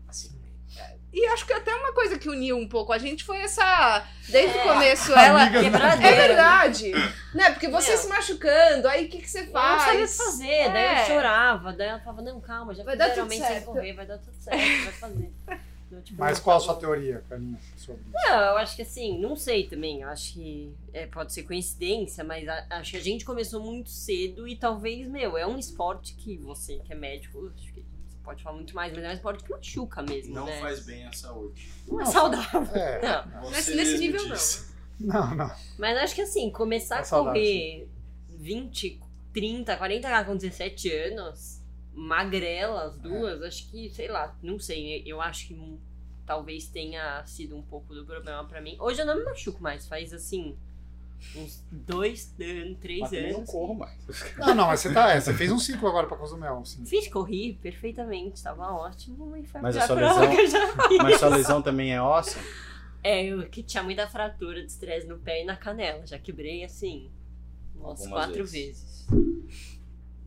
S2: assim. é, E acho que até uma coisa que uniu um pouco a gente foi essa.
S5: É.
S2: Desde o começo, ela.
S3: Amiga- né?
S4: Quebradeira.
S5: [COUGHS]
S2: É verdade! Né? Porque você
S4: Meu.
S2: se machucando, aí o que, que você
S4: Eu não
S2: faz?
S4: sabia o que fazer, daí eu
S2: É.
S4: chorava, daí ela falava, não, calma, já
S2: Vai
S4: vai
S2: dar
S4: fizeram
S2: tudo
S4: homem sem
S2: certo.
S4: correr, vai dar tudo certo,
S2: [LAUGHS]
S4: vai fazer. Eu, tipo,
S3: Mas
S4: não,
S3: qual a
S4: tá
S3: sua
S4: bom.
S3: teoria, Karina, sobre isso?
S4: Não, eu acho que assim, não sei também, eu acho que é, pode ser coincidência, mas a- acho que a gente começou muito cedo e talvez, meu, é um esporte que você que é médico, acho que você pode falar muito mais, mas é um esporte que machuca mesmo,
S5: Não
S4: né?
S5: faz bem à saúde.
S4: Não é
S3: Não,
S4: saudável.
S3: É.
S4: Não.
S2: Nesse-
S5: Você
S2: nesse
S5: mesmo
S2: nível, não.
S5: disse.
S3: Não, não.
S4: Mas acho que assim, começar
S3: É
S1: Tá
S4: a
S3: saudável,
S4: correr 20, 30, 40 K com 17 anos, magrela as duas, acho que, sei lá, não sei, eu acho que hum, talvez tenha sido um pouco do problema pra mim. Hoje eu não me machuco mais, faz assim, uns dois, an- três
S1: Mas também
S4: anos.
S1: não corro mais.
S3: Não, não, mas você, tá, é, você fez um ciclo agora pra Cozumel, assim.
S4: Fiz, corri perfeitamente, tava ótimo, e foi
S1: Mas a
S4: pior
S1: sua
S4: prova
S1: lesão-
S4: que eu já fiz.
S1: Mas sua lesão também é óssea?
S4: É, eu que tinha muita fratura de estresse no pé e na canela. Já quebrei assim umas
S5: Algumas
S4: quatro
S5: vezes.
S4: vezes.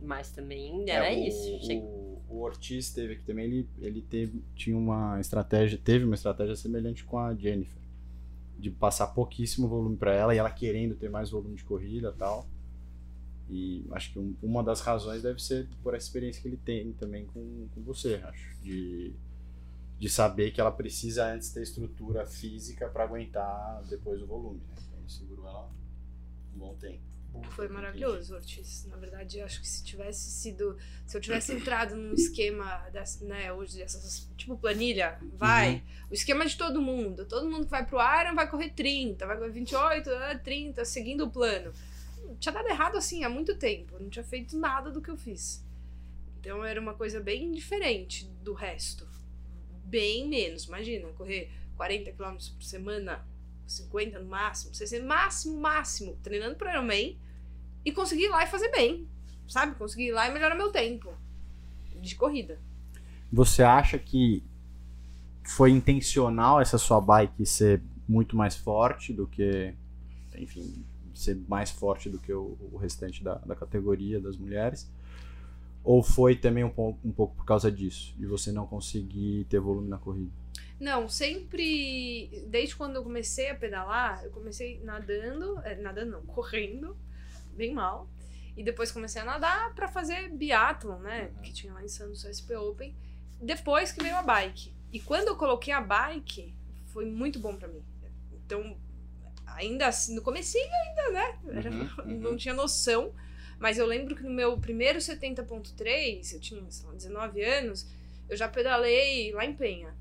S4: Mas também era
S1: É, o-
S4: isso. Che-
S1: O, o Ortiz teve aqui também, ele, ele teve, tinha uma estratégia, teve uma estratégia semelhante com a Jennifer. De passar pouquíssimo volume para ela e ela querendo ter mais volume de corrida e tal. E acho que um- uma das razões deve ser por essa experiência que ele tem também com, com você, acho. De, de saber que ela precisa antes ter estrutura física para aguentar depois o volume. Né? Então ele segurou ela um bom tempo.
S2: Foi maravilhoso, Ortiz. Na verdade, eu acho que se tivesse sido. Se eu tivesse entrado num esquema dessa, né, hoje, essas, tipo planilha, vai. O esquema de todo mundo. Todo mundo que vai pro Iron vai correr 30, vai correr 28, ah, 30, seguindo o plano. Tinha dado errado assim há muito tempo. eu Não tinha feito nada do que eu fiz. Então era uma coisa bem diferente do resto. Bem menos. Imagina, correr 40 km por semana, 50 no máximo, 60 máximo, máximo, treinando pro Ironman e conseguir ir lá e fazer bem, sabe? Conseguir ir lá e melhorar meu tempo de corrida.
S1: Você acha que foi intencional essa sua bike ser muito mais forte do que. Enfim, ser mais forte do que o, o restante da, da categoria das mulheres? Ou foi também um, pou- um pouco por causa disso? De você não conseguir ter volume na corrida?
S2: Não, sempre, desde quando eu comecei a pedalar, eu comecei nadando, eh, nadando não, [LAUGHS] correndo, bem mal. E depois comecei a nadar pra fazer biathlon, né?
S5: Uhum.
S2: Que tinha lá em Santos o SP Open. Depois que veio a bike. E quando eu coloquei a bike, foi muito bom pra mim. Então, ainda assim, no comecinho ainda, né? [LAUGHS] Era-
S5: Uhum, uhum.
S2: Não tinha noção. Mas eu lembro que no meu primeiro 70.3, eu tinha, sei lá, 19 anos, eu já pedalei lá em Penha.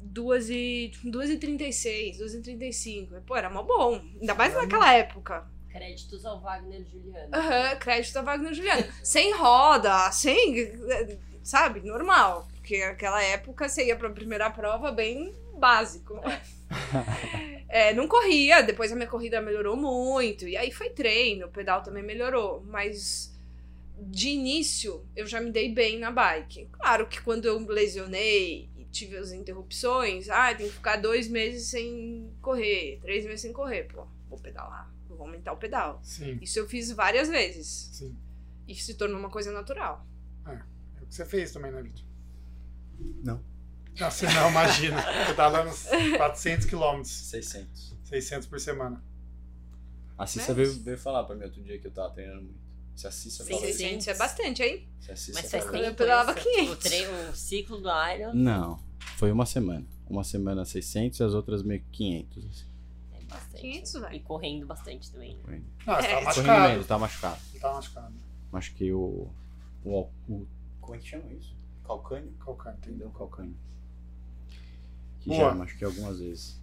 S2: 2 e, tipo, 2 e 36, 2 e 35. Pô, era mó bom. Ainda mais naquela época.
S4: Créditos ao Wagner Juliano.
S2: Aham, crédito da Wagner Juliano. Sem roda, sem. Sabe? Normal. Porque naquela época você ia pra primeira prova bem básico. né? É, não corria, depois a minha corrida melhorou muito. E aí foi treino, o pedal também melhorou. Mas de início eu já me dei bem na bike. Claro que quando eu lesionei e tive as interrupções, ah, tem que ficar dois meses sem correr, três meses sem correr. Pô, vou pedalar, vou aumentar o pedal.
S3: Sim,
S2: Isso eu fiz várias vezes.
S3: sim.
S2: E se tornou uma coisa natural.
S3: É o que você fez também, né, Vitor?
S1: Não.
S3: Ah, Você não imagina. Você tá lá nos 400 quilômetros,
S5: 600.
S3: 600 por semana.
S1: A
S2: Cissa
S1: Cissa
S2: Mas-
S1: veio,
S2: veio-
S1: falar pra mim outro dia que eu tava treinando muito. Se a Cissa
S4: Sim, fala- sim.
S2: 600 é bastante, hein?
S4: Mas
S1: é
S4: faz
S2: Quando eu
S4: tempo.
S2: pedalava
S4: isso.
S2: 500.
S4: O, treino, o ciclo do Iron
S1: Não, foi uma semana. Uma semana 600 e as outras meio que 500. Assim.
S4: é bastante.
S2: 500, vai.
S4: E correndo bastante também.
S3: Não, você
S4: né?
S2: É,
S3: tava
S1: Correndo
S3: machucado.
S1: menos, tá machucado.
S3: Você tava machucado. né?
S1: Machuquei o, o, o
S5: Como é que chama isso? Calcânio?
S3: Calcânio, entendeu?
S1: Entendeu? Calcanho. que
S3: Boa.
S1: já machuquei algumas vezes.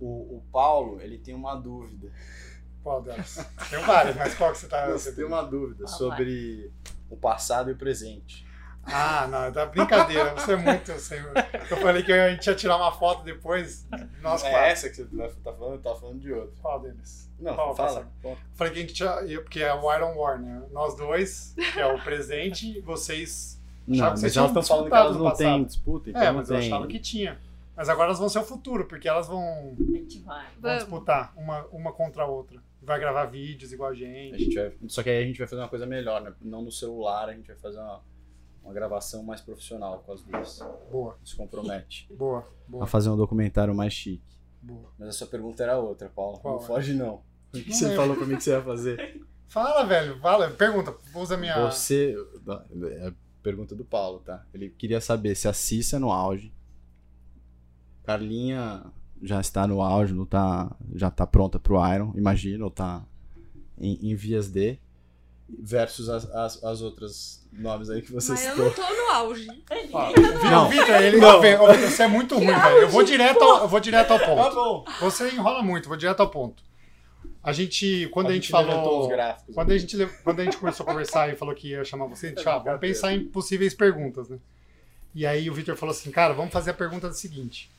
S1: O, o Paulo, ele tem uma dúvida.
S3: Qual delas? Tem várias, mas qual que você tá.
S1: Você tem uma dúvida
S4: Ah, vai.
S1: sobre o passado e o presente.
S3: Ah, não, é da brincadeira. Você é muito. Você... Eu falei que a gente ia tirar uma foto depois. Nós
S1: é
S3: quatro.
S1: essa que você tá falando? Tá falando de outra.
S3: Qual deles?
S1: Não,
S3: Qual
S1: fala.
S3: Falei que a gente tinha. eu- Porque é o Iron War, né? Nós dois, que é o presente,
S1: [LAUGHS]
S3: e vocês.
S1: Não,
S3: Achava que
S1: mas
S3: vocês
S1: elas estão
S3: tinham
S1: falando que
S3: disputado
S1: elas
S3: no
S1: não têm
S3: passado.
S1: disputa, então
S3: É,
S1: não
S3: mas eu
S1: tem.
S3: achava que tinha. Mas agora elas vão ser o futuro, porque elas vão, vão
S4: A gente vai.
S2: Vamos.
S3: disputar uma, uma contra a outra. Vai gravar vídeos igual a
S1: A
S3: gente.
S1: gente vai- Só que aí a gente vai fazer uma coisa melhor, né? Não no celular, a gente vai fazer uma, uma gravação mais profissional com as duas.
S3: Boa,
S1: Não se compromete.
S3: boa,
S1: Vai
S3: boa,
S1: fazer um documentário mais chique.
S3: boa.
S1: Mas a sua pergunta era outra, Paulo.
S3: Qual
S1: não
S3: é?
S1: foge, não. O que
S3: Não é.
S1: você
S3: lembro.
S1: falou pra mim que você ia fazer?
S3: Fala, velho, fala, pergunta, usa [LAUGHS] minha.
S1: Você. É a pergunta do Paulo, tá? Ele queria saber se a Cissa é no auge. Carlinha já está no auge, não tá, já tá pronta pro Iron, imagino, ou tá em, em vias de. Versus as, as, as outras nomes aí que você
S2: Mas eu
S1: citou.
S2: não tô no auge.
S1: Fala.
S3: Não, Vitor, ele
S1: Não.
S3: Ô, Vitor, Você é muito ruim, velho. Eu vou direto, ao, eu vou direto ao
S1: Tá
S3: ponto.
S1: bom.
S3: Você enrola muito, vou direto ao ponto. A gente, quando a, gente,
S1: levantou
S3: falou,
S1: os gráficos.
S3: quando a gente le- quando a gente começou a conversar e falou que ia chamar você, a gente falou, ah, vamos pensar em possíveis perguntas, né? E aí o Vitor falou assim, cara, vamos fazer a pergunta seguinte: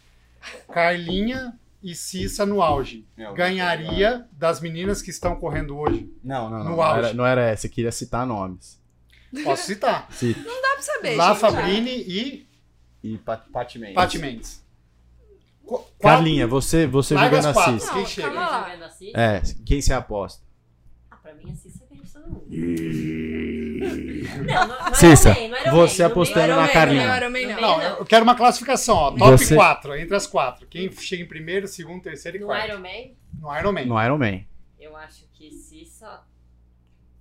S3: Carlinha e Cissa no auge
S1: né?
S5: Meu,
S3: ganharia das meninas que estão correndo hoje?
S1: Não, não, não.
S3: No
S1: Não
S3: auge.
S1: era, não era essa, eu queria citar nomes.
S3: Posso
S4: [LAUGHS]
S3: citar?
S1: Cita.
S2: Dá pra saber,
S3: Lá
S2: gente. já.
S3: Fabrini e
S1: E Pat, Pat Mendes.
S3: Paty Mendes. Qu- qual-
S1: Carlinha, você, você
S3: Larga
S1: jogando
S3: as
S1: a
S3: quatro.
S1: Cis.
S3: Quem
S2: Não,
S3: chega?
S2: calma lá.
S4: Jogando assim?
S1: É, quem você aposta?
S4: Ah, pra mim a Cissa ganha de todo mundo. Não, não, não
S1: Cissa,
S4: era bem, não era
S1: você
S4: bem, não
S1: apostando
S4: era
S1: na
S4: bem,
S1: Carlinha.
S4: não é
S2: Não
S4: era
S2: era bem, não.
S3: tá Não, eu quero uma classificação, ó. Top
S1: Você-
S3: 4, entre as quatro. Quem chega em primeiro, segundo, terceiro e
S4: bem. No
S3: quarto.
S4: Iron Man,
S3: No Iron Man.
S1: No Iron Man.
S4: eu acho que Cissa...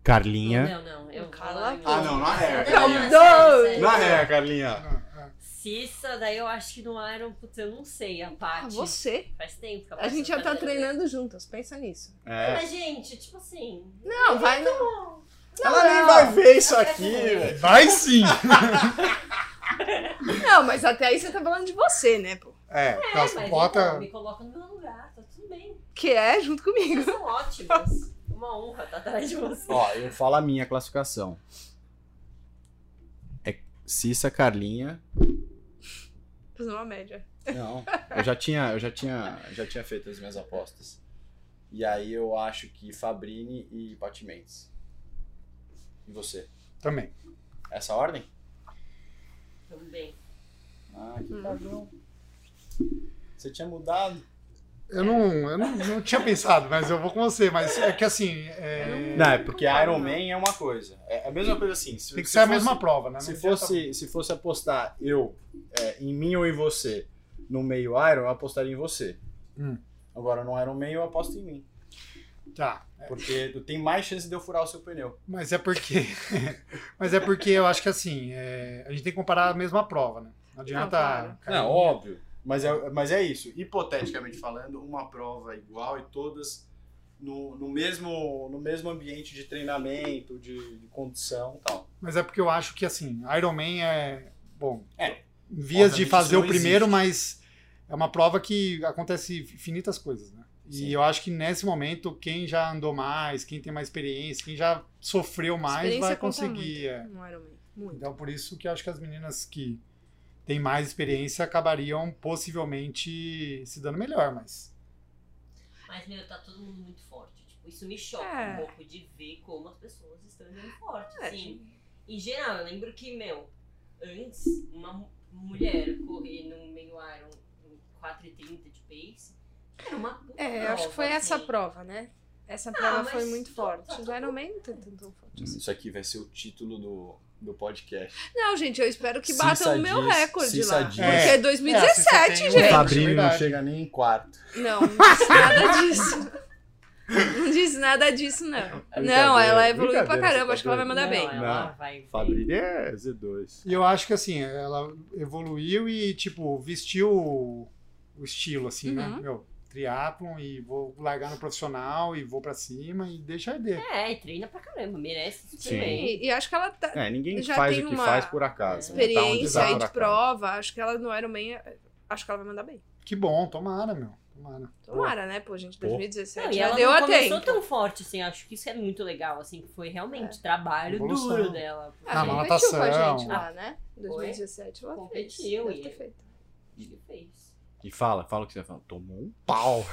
S1: Carlinha.
S4: Não, não, eu
S2: Cala
S4: vou...
S2: a
S5: Ah, não, não é.
S4: Não,
S2: Não,
S4: não,
S2: não.
S4: sério, sério.
S1: é, Carlinha.
S3: Ah, ah.
S4: Cissa, daí eu acho que no Iron, putz, eu não sei, a
S2: Ah,
S4: Paty.
S2: Você?
S4: Faz tempo que
S2: A gente já tá treinando juntas, pensa nisso.
S1: É.
S4: Mas, gente, tipo assim...
S2: Não, vai não.
S1: Ela nem vai ver isso aqui, velho.
S3: Vai sim!
S2: Não, mas até aí você tá falando de você, né, pô?
S3: É,
S4: [LAUGHS] É,
S3: nós
S4: mas então,
S3: bota.
S4: me coloca no meu lugar, tá tudo bem.
S2: Que é junto comigo.
S4: Vocês são ótimas. Uma honra estar atrás de você.
S1: Ó, eu falo a minha classificação. É Cissa, Carlinha.
S2: Fazer uma média.
S1: Não. Eu já tinha, eu já tinha, já tinha feito as minhas apostas. E aí eu acho que Fabrini e Pat Mendes. E você?
S3: Também.
S1: Essa ordem?
S4: Tudo bem.
S1: Ah, que cagão. Você tinha mudado.
S3: Eu não, eu não, não tinha pensado, mas eu vou com você. Mas é que assim. é-
S1: Não, é porque Iron Man é uma coisa. É a mesma coisa assim. Se,
S3: Tem que
S1: se
S3: ser a
S1: fosse-
S3: mesma prova, né?
S1: Se
S3: Não adianta-
S1: fosse, se fosse apostar eu é, em mim ou em você no meio Iron, eu apostaria em você.
S3: Hum.
S1: Agora no Iron Man eu aposto em mim.
S3: Tá.
S1: Porque tu tem mais chance de eu furar o seu pneu.
S3: Mas é porque. [LAUGHS] mas é porque eu acho que assim. é, A gente tem que comparar a mesma prova, né? Não é adianta.
S2: Não,
S3: Carlinha-
S1: Não, óbvio. Mas é, mas é isso.
S5: Hipoteticamente falando, uma prova igual e todas
S1: No, no, mesmo, no mesmo ambiente de treinamento, de, de condição e tal.
S3: Mas é porque eu acho que assim, Iron Man é. Bom,
S1: É.
S3: vias de
S1: Obviamente
S3: fazer
S1: não
S3: o primeiro,
S1: existe.
S3: mas é uma prova que acontece infinitas coisas, né? E
S1: Sim.
S3: eu acho que nesse momento, quem já andou mais, quem tem mais experiência, quem já sofreu mais,
S2: Experiência
S3: vai
S2: conta
S3: conseguir. é.
S2: Não era meio. Muito.
S3: Então, por isso que eu acho que as meninas que têm mais experiência acabariam possivelmente se dando melhor, mas.
S4: Mas, meu, tá todo mundo muito forte. Tipo, isso me choca
S2: É.
S4: um pouco de ver como as pessoas estão andando forte.
S2: É,
S4: assim. Em geral, eu lembro que, meu, antes, uma mu- mulher correr no meio um, Iron em 4,30 de pace era uma puta
S2: É, eu acho que foi
S4: prova,
S2: essa
S4: assim.
S2: prova, né? Essa prova
S4: mas
S2: foi muito
S4: tá-
S2: forte. [LAUGHS]
S4: tá-
S2: O Iron Man não tem tanto forte. assim.
S1: Isso aqui vai ser o título do, do podcast.
S2: Não, gente, eu espero que
S1: Cissa
S2: batam o meu
S1: diz-
S2: recorde
S1: Cissa
S2: lá.
S1: diz-
S2: Porque
S3: É,
S2: é 2017,
S3: tem um-
S1: O
S3: É,
S2: gente.
S1: Fabrini não
S3: verdade.
S1: chega nem em quarto.
S2: Não, não diz nada disso. Não diz nada disso, não. Não, ela evoluiu pra
S1: Brincadeira,
S2: caramba.
S1: você
S2: Acho que ela vai
S1: tá
S2: mandar
S4: não,
S2: bem.
S4: Ela
S1: Não.
S4: vai bem.
S1: Fabrini é Z2.
S3: E eu acho que assim, ela evoluiu e, tipo, vestiu o o estilo, assim, né?
S2: Uhum.
S3: Meu, triatlon e vou largar no profissional e vou pra cima e deixa arder.
S4: É, e treina pra caramba, merece super
S1: Sim.
S4: bem.
S2: E, e acho que ela tá. um
S1: É, ninguém
S2: Já
S1: faz
S2: tem
S1: o que
S2: uma
S1: faz por acaso. né? Tá onde
S2: Experiência
S1: tá
S2: aí
S1: por
S2: de
S1: acaso.
S2: prova, acho que ela no Iron Man acho que ela vai mandar bem.
S3: Que bom, tomara, meu. Tomara.
S2: Tomara, né? Pô, gente, 2017
S4: Não, e
S2: já
S4: ela
S2: deu
S4: não
S2: a tempo.
S4: começou tão forte, assim, acho que isso é muito legal, assim, que foi realmente
S2: É.
S4: trabalho
S3: Evolução.
S4: duro dela.
S2: Ah,
S3: Na
S2: ela
S4: mas...
S2: competiu com a
S3: natação.
S2: gente lá, né? 2017 ela
S4: Ah. Competiu,
S2: fez.
S4: e-
S2: Deve ter feito.
S4: Ele fez.
S1: E fala, fala o que você fala. Tomou um pau.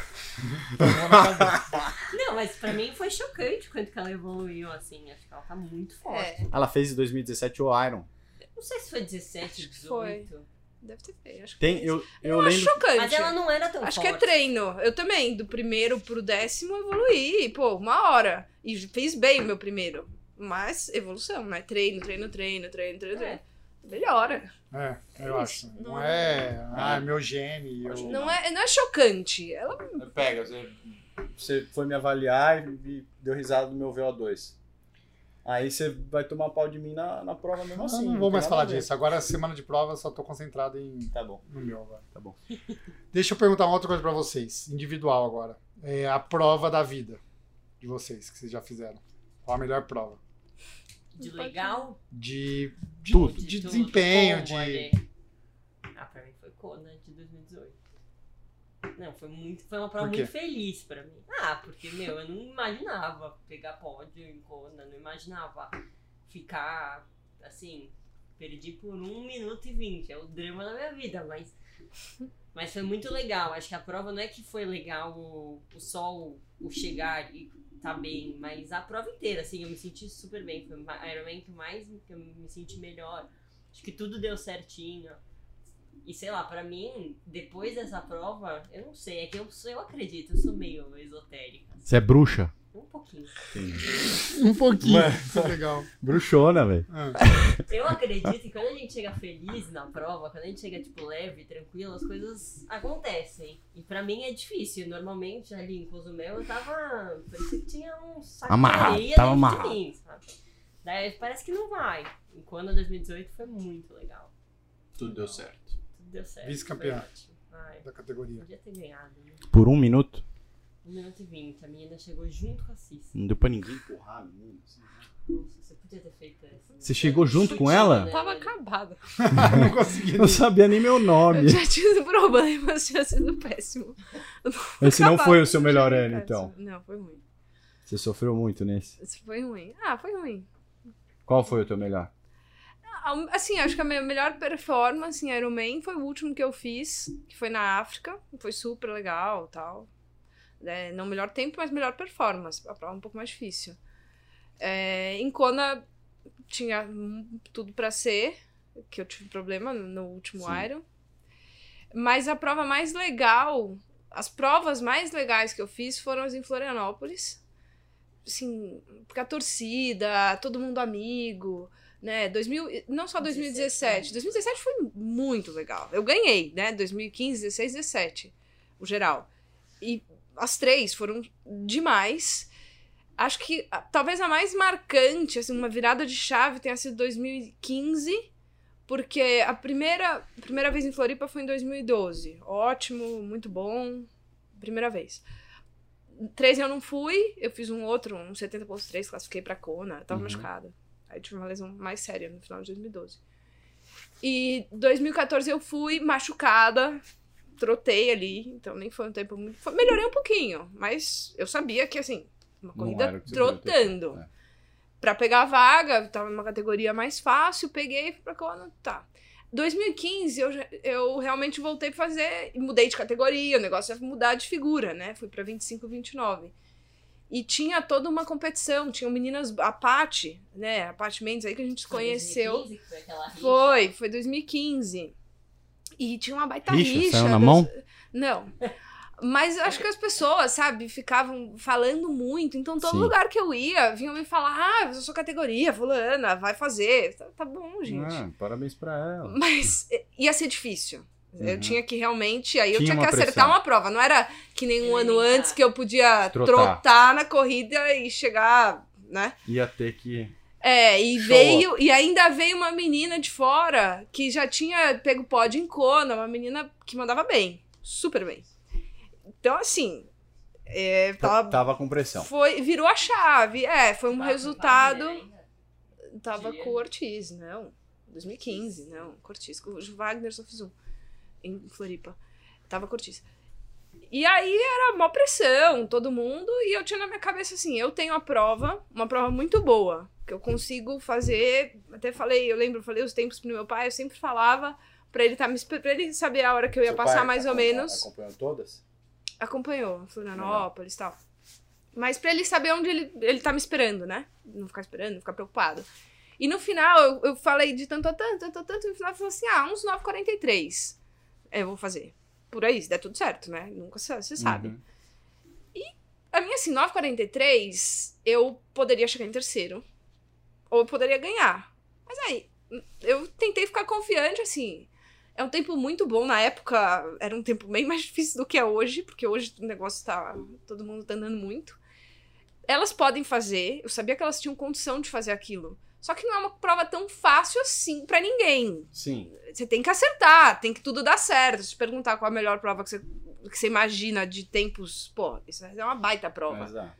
S3: Tomou na cabeça.
S4: Não, mas pra mim foi chocante o quanto que ela evoluiu, assim, acho que ela tá muito forte.
S2: É,
S1: Ela fez em 2017 o Iron.
S4: Não sei se foi 17,
S2: Acho que foi.
S4: 18.
S2: deve ter feito. Acho que
S1: Tem,
S2: foi
S1: eu, eu
S2: Não é
S1: lembro.
S2: chocante.
S4: Mas ela não era tão
S2: Acho que
S4: forte.
S2: é treino. Eu também, do primeiro pro décimo, evoluí. Pô, uma hora. E fiz bem o meu primeiro. Mas evolução, né? Treino, treino, treino, treino,
S4: É.
S2: treino, treino. Melhora.
S3: É, eu
S2: É
S3: acho.
S2: isso.
S3: Não,
S2: Não.
S3: é. Ah, meu gene.
S5: Acho
S3: Eu...
S5: que
S2: Não é, não é chocante. Ela
S5: Pega, você
S1: Você foi me avaliar e, e deu risada do meu VO2. Aí você vai tomar pau de mim na, na prova mesmo
S3: Nossa,
S1: assim.
S3: não vou
S1: tem
S3: mais
S1: nada
S3: falar
S1: a ver.
S3: disso. Agora, semana de prova, eu só tô concentrado em...
S1: Tá bom.
S3: no meu agora.
S1: Tá bom.
S3: [LAUGHS] Deixa eu perguntar uma outra coisa pra vocês, individual agora. É a prova da vida de vocês, que vocês já fizeram. Qual a melhor prova?
S4: De legal,
S3: De, de
S1: Tudo.
S4: de,
S3: De,
S4: tudo,
S3: desempenho, [LAUGHS]
S4: como,
S3: de.
S4: ali. Ah, pra mim foi Kona de 2018. Não, foi muito. Foi uma prova
S3: Por quê?
S4: muito feliz pra mim. Ah, porque, meu, eu não imaginava pegar pódio em Kona, não imaginava ficar assim. Perdi por 1 minuto e 20. É o drama da minha vida, mas. Mas foi muito legal. Acho que a prova não é que foi legal o, o sol, o chegar e tá bem, mas a prova inteira, assim, eu me senti super bem. Foi o Ironman que mais que eu me senti melhor. Acho que tudo deu certinho. E sei lá, pra mim, depois dessa prova, eu não sei, é que eu, sou- eu acredito, eu sou meio esotérica.
S1: Você é bruxa?
S4: Um pouquinho.
S3: Um pouquinho.
S1: Mano.
S3: Isso é legal.
S1: Bruxona, velho.
S3: Ah,
S4: Eu acredito que quando a gente chega feliz na prova, quando a gente chega, tipo, leve, tranquilo, as coisas acontecem. E pra mim é difícil. Normalmente, ali em Cozumel, eu tava... Parecia que tinha um saco
S1: Amarrado,
S4: de areia
S1: tava
S4: dentro
S1: amarrado.
S4: de mim, sabe? Daí parece que não vai. E quando 2018 foi muito legal.
S5: tudo deu certo.
S4: Tudo deu certo.
S3: Vice-campeão.
S4: foi ótimo. Ai,
S3: da categoria. [LAUGHS]
S4: podia ter ganhado, né?
S1: Por um minuto?
S4: 1 minuto e 20. A menina chegou junto com a Cissa.
S1: Não deu pra ninguém empurrar, assim. menino.
S4: Nossa, você podia ter feito essa. né?
S1: Você chegou junto com ela?
S4: é
S2: tava acabada.
S3: não consegui.
S1: Não sabia nem meu
S2: Eu
S1: nome.
S2: já tive problemas, tinha sido péssimo.
S1: Esse não
S2: Acabada.
S1: foi o seu melhor
S2: Foi
S1: ano,
S2: péssimo.
S1: então.
S2: Não, foi ruim.
S1: Você sofreu muito nesse.
S2: Isso foi ruim. Ah, foi ruim.
S1: Qual foi o teu melhor?
S2: Ah, Assim, acho que a minha melhor performance em Ironman foi o último que eu fiz, que foi na África. Foi super legal tal. É, não melhor tempo, mas melhor performance. A prova é um pouco mais difícil. É, em Kona tinha hum, tudo pra ser, que eu tive problema no- no último
S1: Sim.
S2: Iron. Mas a prova mais legal, as provas mais legais que eu fiz foram as em Florianópolis. Assim, porque a torcida, todo mundo amigo, né? 2000, e- não só 2017. 2017 foi muito legal. Eu ganhei, né? 2015, 16, 17, o geral. E as três foram demais. Acho que a- talvez a mais marcante, assim, uma virada de chave tenha sido 2015, porque a primeira, a primeira vez em Floripa foi em 2012. Ótimo, muito bom, primeira vez. 13 eu não fui, eu fiz um outro, um 70.3, classifiquei pra Kona, eu tava
S1: Uhum.
S2: machucada. Aí tive uma lesão mais séria no final de 2012. E 2014 eu fui machucada, trotei ali, então nem foi um tempo muito. foi- melhorei um pouquinho, mas eu sabia que assim, uma
S1: Não era
S2: corrida
S1: o que você podia ter
S2: trotando.
S1: feito, é.
S2: Pra pegar a vaga, tava numa categoria mais fácil, peguei e fui pra Kona, tá. 2015 eu, já- eu realmente voltei a fazer, e mudei de categoria, o negócio é mudar de figura, né? Fui pra 25, 29. E tinha toda uma competição, tinha meninas, a Paty, né? A Paty Mendes aí que a gente se conheceu.
S4: 2015, que foi aquela rixa.
S2: Foi, foi 2015. E tinha uma baita
S1: Rixa,
S2: rixa.
S1: saiu na
S2: das-
S1: mão?
S2: Não. Mas acho que as pessoas, sabe, ficavam falando muito. Então, todo
S1: Sim.
S2: lugar que eu ia, vinham me falar: ah, eu sou categoria, fulana, vai fazer. Tá, tá bom, gente.
S1: Ah, parabéns pra ela.
S2: Mas eh, ia ser difícil.
S1: Uhum.
S2: Eu tinha que realmente. Aí eu
S1: Tinha
S2: tinha que
S1: uma
S2: acertar
S1: pressão.
S2: uma prova. Não era que nem um ano
S4: Eita.
S2: antes que eu podia
S1: Trotar.
S2: trotar. na corrida e chegar, né?
S1: Ia ter que.
S2: É, e
S1: Show
S2: veio. E ainda veio uma menina de fora que já tinha pego pódio em Kona, uma menina que mandava bem. Super bem. Então, assim. É, tava-
S1: Tava com pressão.
S2: foi, virou a chave. É, foi um
S4: Vai- vai
S2: resultado.
S4: ver ainda.
S2: Tava
S4: Diria.
S2: com o Ortiz, não. 2015, não. Com o Ortiz. Com o Wagner só fiz um. em Floripa. Tava cortiça. E aí era mó pressão, todo mundo, e eu tinha na minha cabeça assim, eu tenho a prova, uma prova muito boa, que eu consigo fazer, até falei, eu lembro, falei os tempos pro meu pai, eu sempre falava pra ele tá me esper- pra ele saber a hora que eu ia
S5: Seu
S2: passar
S5: pai tá
S2: mais ou
S5: acom-
S2: menos
S5: Acompanhou todas?
S2: acompanhou Florianópolis e tal. Mas pra ele saber onde ele, ele tá me esperando, né? Não ficar esperando, não ficar preocupado. E no final, eu, eu falei de tanto a tanto, tanto a tanto, e no final ele falou assim: ah, uns 9,43 É, eu vou fazer. Por aí, se der tudo certo, né? Nunca se- se sabe.
S5: Uhum.
S2: A minha, assim, 9,43, eu poderia chegar em terceiro. Ou eu poderia ganhar. Mas aí, eu tentei ficar confiante, assim. É um tempo muito bom. Na época, era um tempo bem mais [LAUGHS] difícil do que é hoje, porque hoje o negócio tá. Todo mundo tá andando muito. Elas podem fazer. Eu sabia que elas tinham condição de fazer aquilo. Só que não é uma prova tão fácil assim pra ninguém
S1: Sim.
S2: você tem que acertar, tem que tudo dar certo. Se perguntar qual a melhor prova que você, que você imagina de tempos, pô, isso é uma baita prova.
S5: Exato.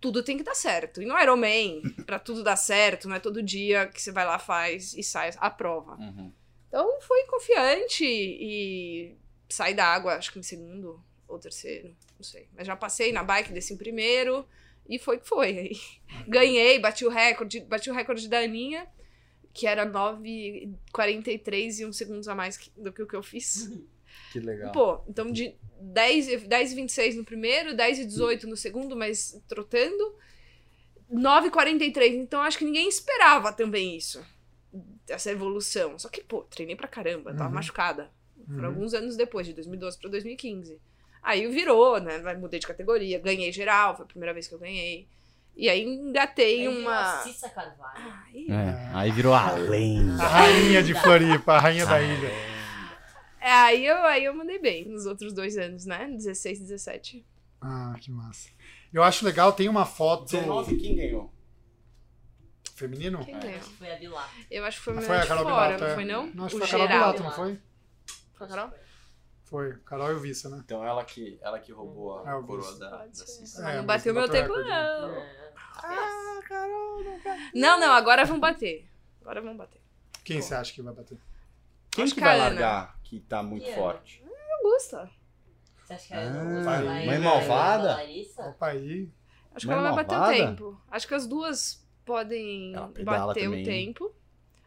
S2: Tudo tem que dar certo. E no Ironman, pra tudo dar certo, não é todo dia que você vai lá, faz e sai a prova.
S5: Uhum.
S2: Então fui confiante e saí da água, acho que em segundo ou terceiro, não sei. Mas já passei na bike, desci em primeiro e foi que foi. Aí ganhei, bati o recorde, bati o recorde da Aninha, que era 9,43 e uns segundos a mais que- do que o que eu fiz.
S1: Que legal.
S2: Pô, então de 10, e- 10 e 26 no primeiro, 10 e 18 no segundo, mas trotando. 9 e 43, então acho que ninguém esperava também isso. Essa evolução. Só que, pô, treinei pra caramba, tava
S3: Uhum.
S2: machucada. Por
S3: Uhum.
S2: alguns anos depois, de 2012 pra 2015. Aí virou, né? vai- Mudei de categoria, ganhei geral, foi a primeira vez que eu ganhei. E aí engatei
S4: Aí viu
S2: uma.
S4: a Cissa Carvalho.
S2: Ai,
S1: É, aí virou a lenda.
S5: Ah,
S3: A rainha de Floripa, a rainha da ilha.
S2: é, Aí eu, aí eu mandei bem nos outros dois anos, né? 16 e 17.
S3: Ah, que massa. Eu acho legal, tem uma foto.
S5: 19 quem ganhou?
S3: Feminino?
S2: Quem
S5: É.
S2: ganhou?
S4: Foi a Bilar.
S2: Eu acho que foi
S3: Ah,
S2: melhor
S3: Foi a
S2: de
S3: Carol
S2: fora,
S3: Bilato.
S2: não
S3: é.
S2: foi não?
S3: Não, acho
S2: o
S3: que foi a Carol É,
S2: geral.
S3: Bilato, não foi?
S2: Foi a Carol?
S3: Foi. Carol e o Vissa, né?
S5: Então ela que, ela que roubou a
S3: Ah, eu
S5: coroa
S3: vi.
S5: da, da
S2: Pode ser.
S5: Cissa.
S2: Mas
S3: É,
S2: não
S3: mas
S2: bateu
S3: não
S2: meu
S3: bateu
S2: tempo,
S3: recorde,
S2: não.
S4: Ah,
S2: Não, não, agora vão bater. Agora vão bater.
S3: Quem você acha que vai bater?
S5: Quem
S2: Acho
S5: que
S2: que é a
S5: vai
S2: Ana.
S5: largar que tá muito
S4: Quem é?
S5: forte?
S2: Augusta.
S4: Você acha que ela não
S1: Ah,
S4: vai lá
S3: mãe
S4: e vai
S1: malvada?
S4: lá, Larissa?
S3: Opa, aí.
S2: Acho que
S1: Mas
S2: ela vai
S1: é
S2: bater o
S1: malvada?
S2: tempo. Acho que as duas podem
S1: Ela pedala
S2: bater
S1: também,
S2: o
S1: hein?
S2: tempo.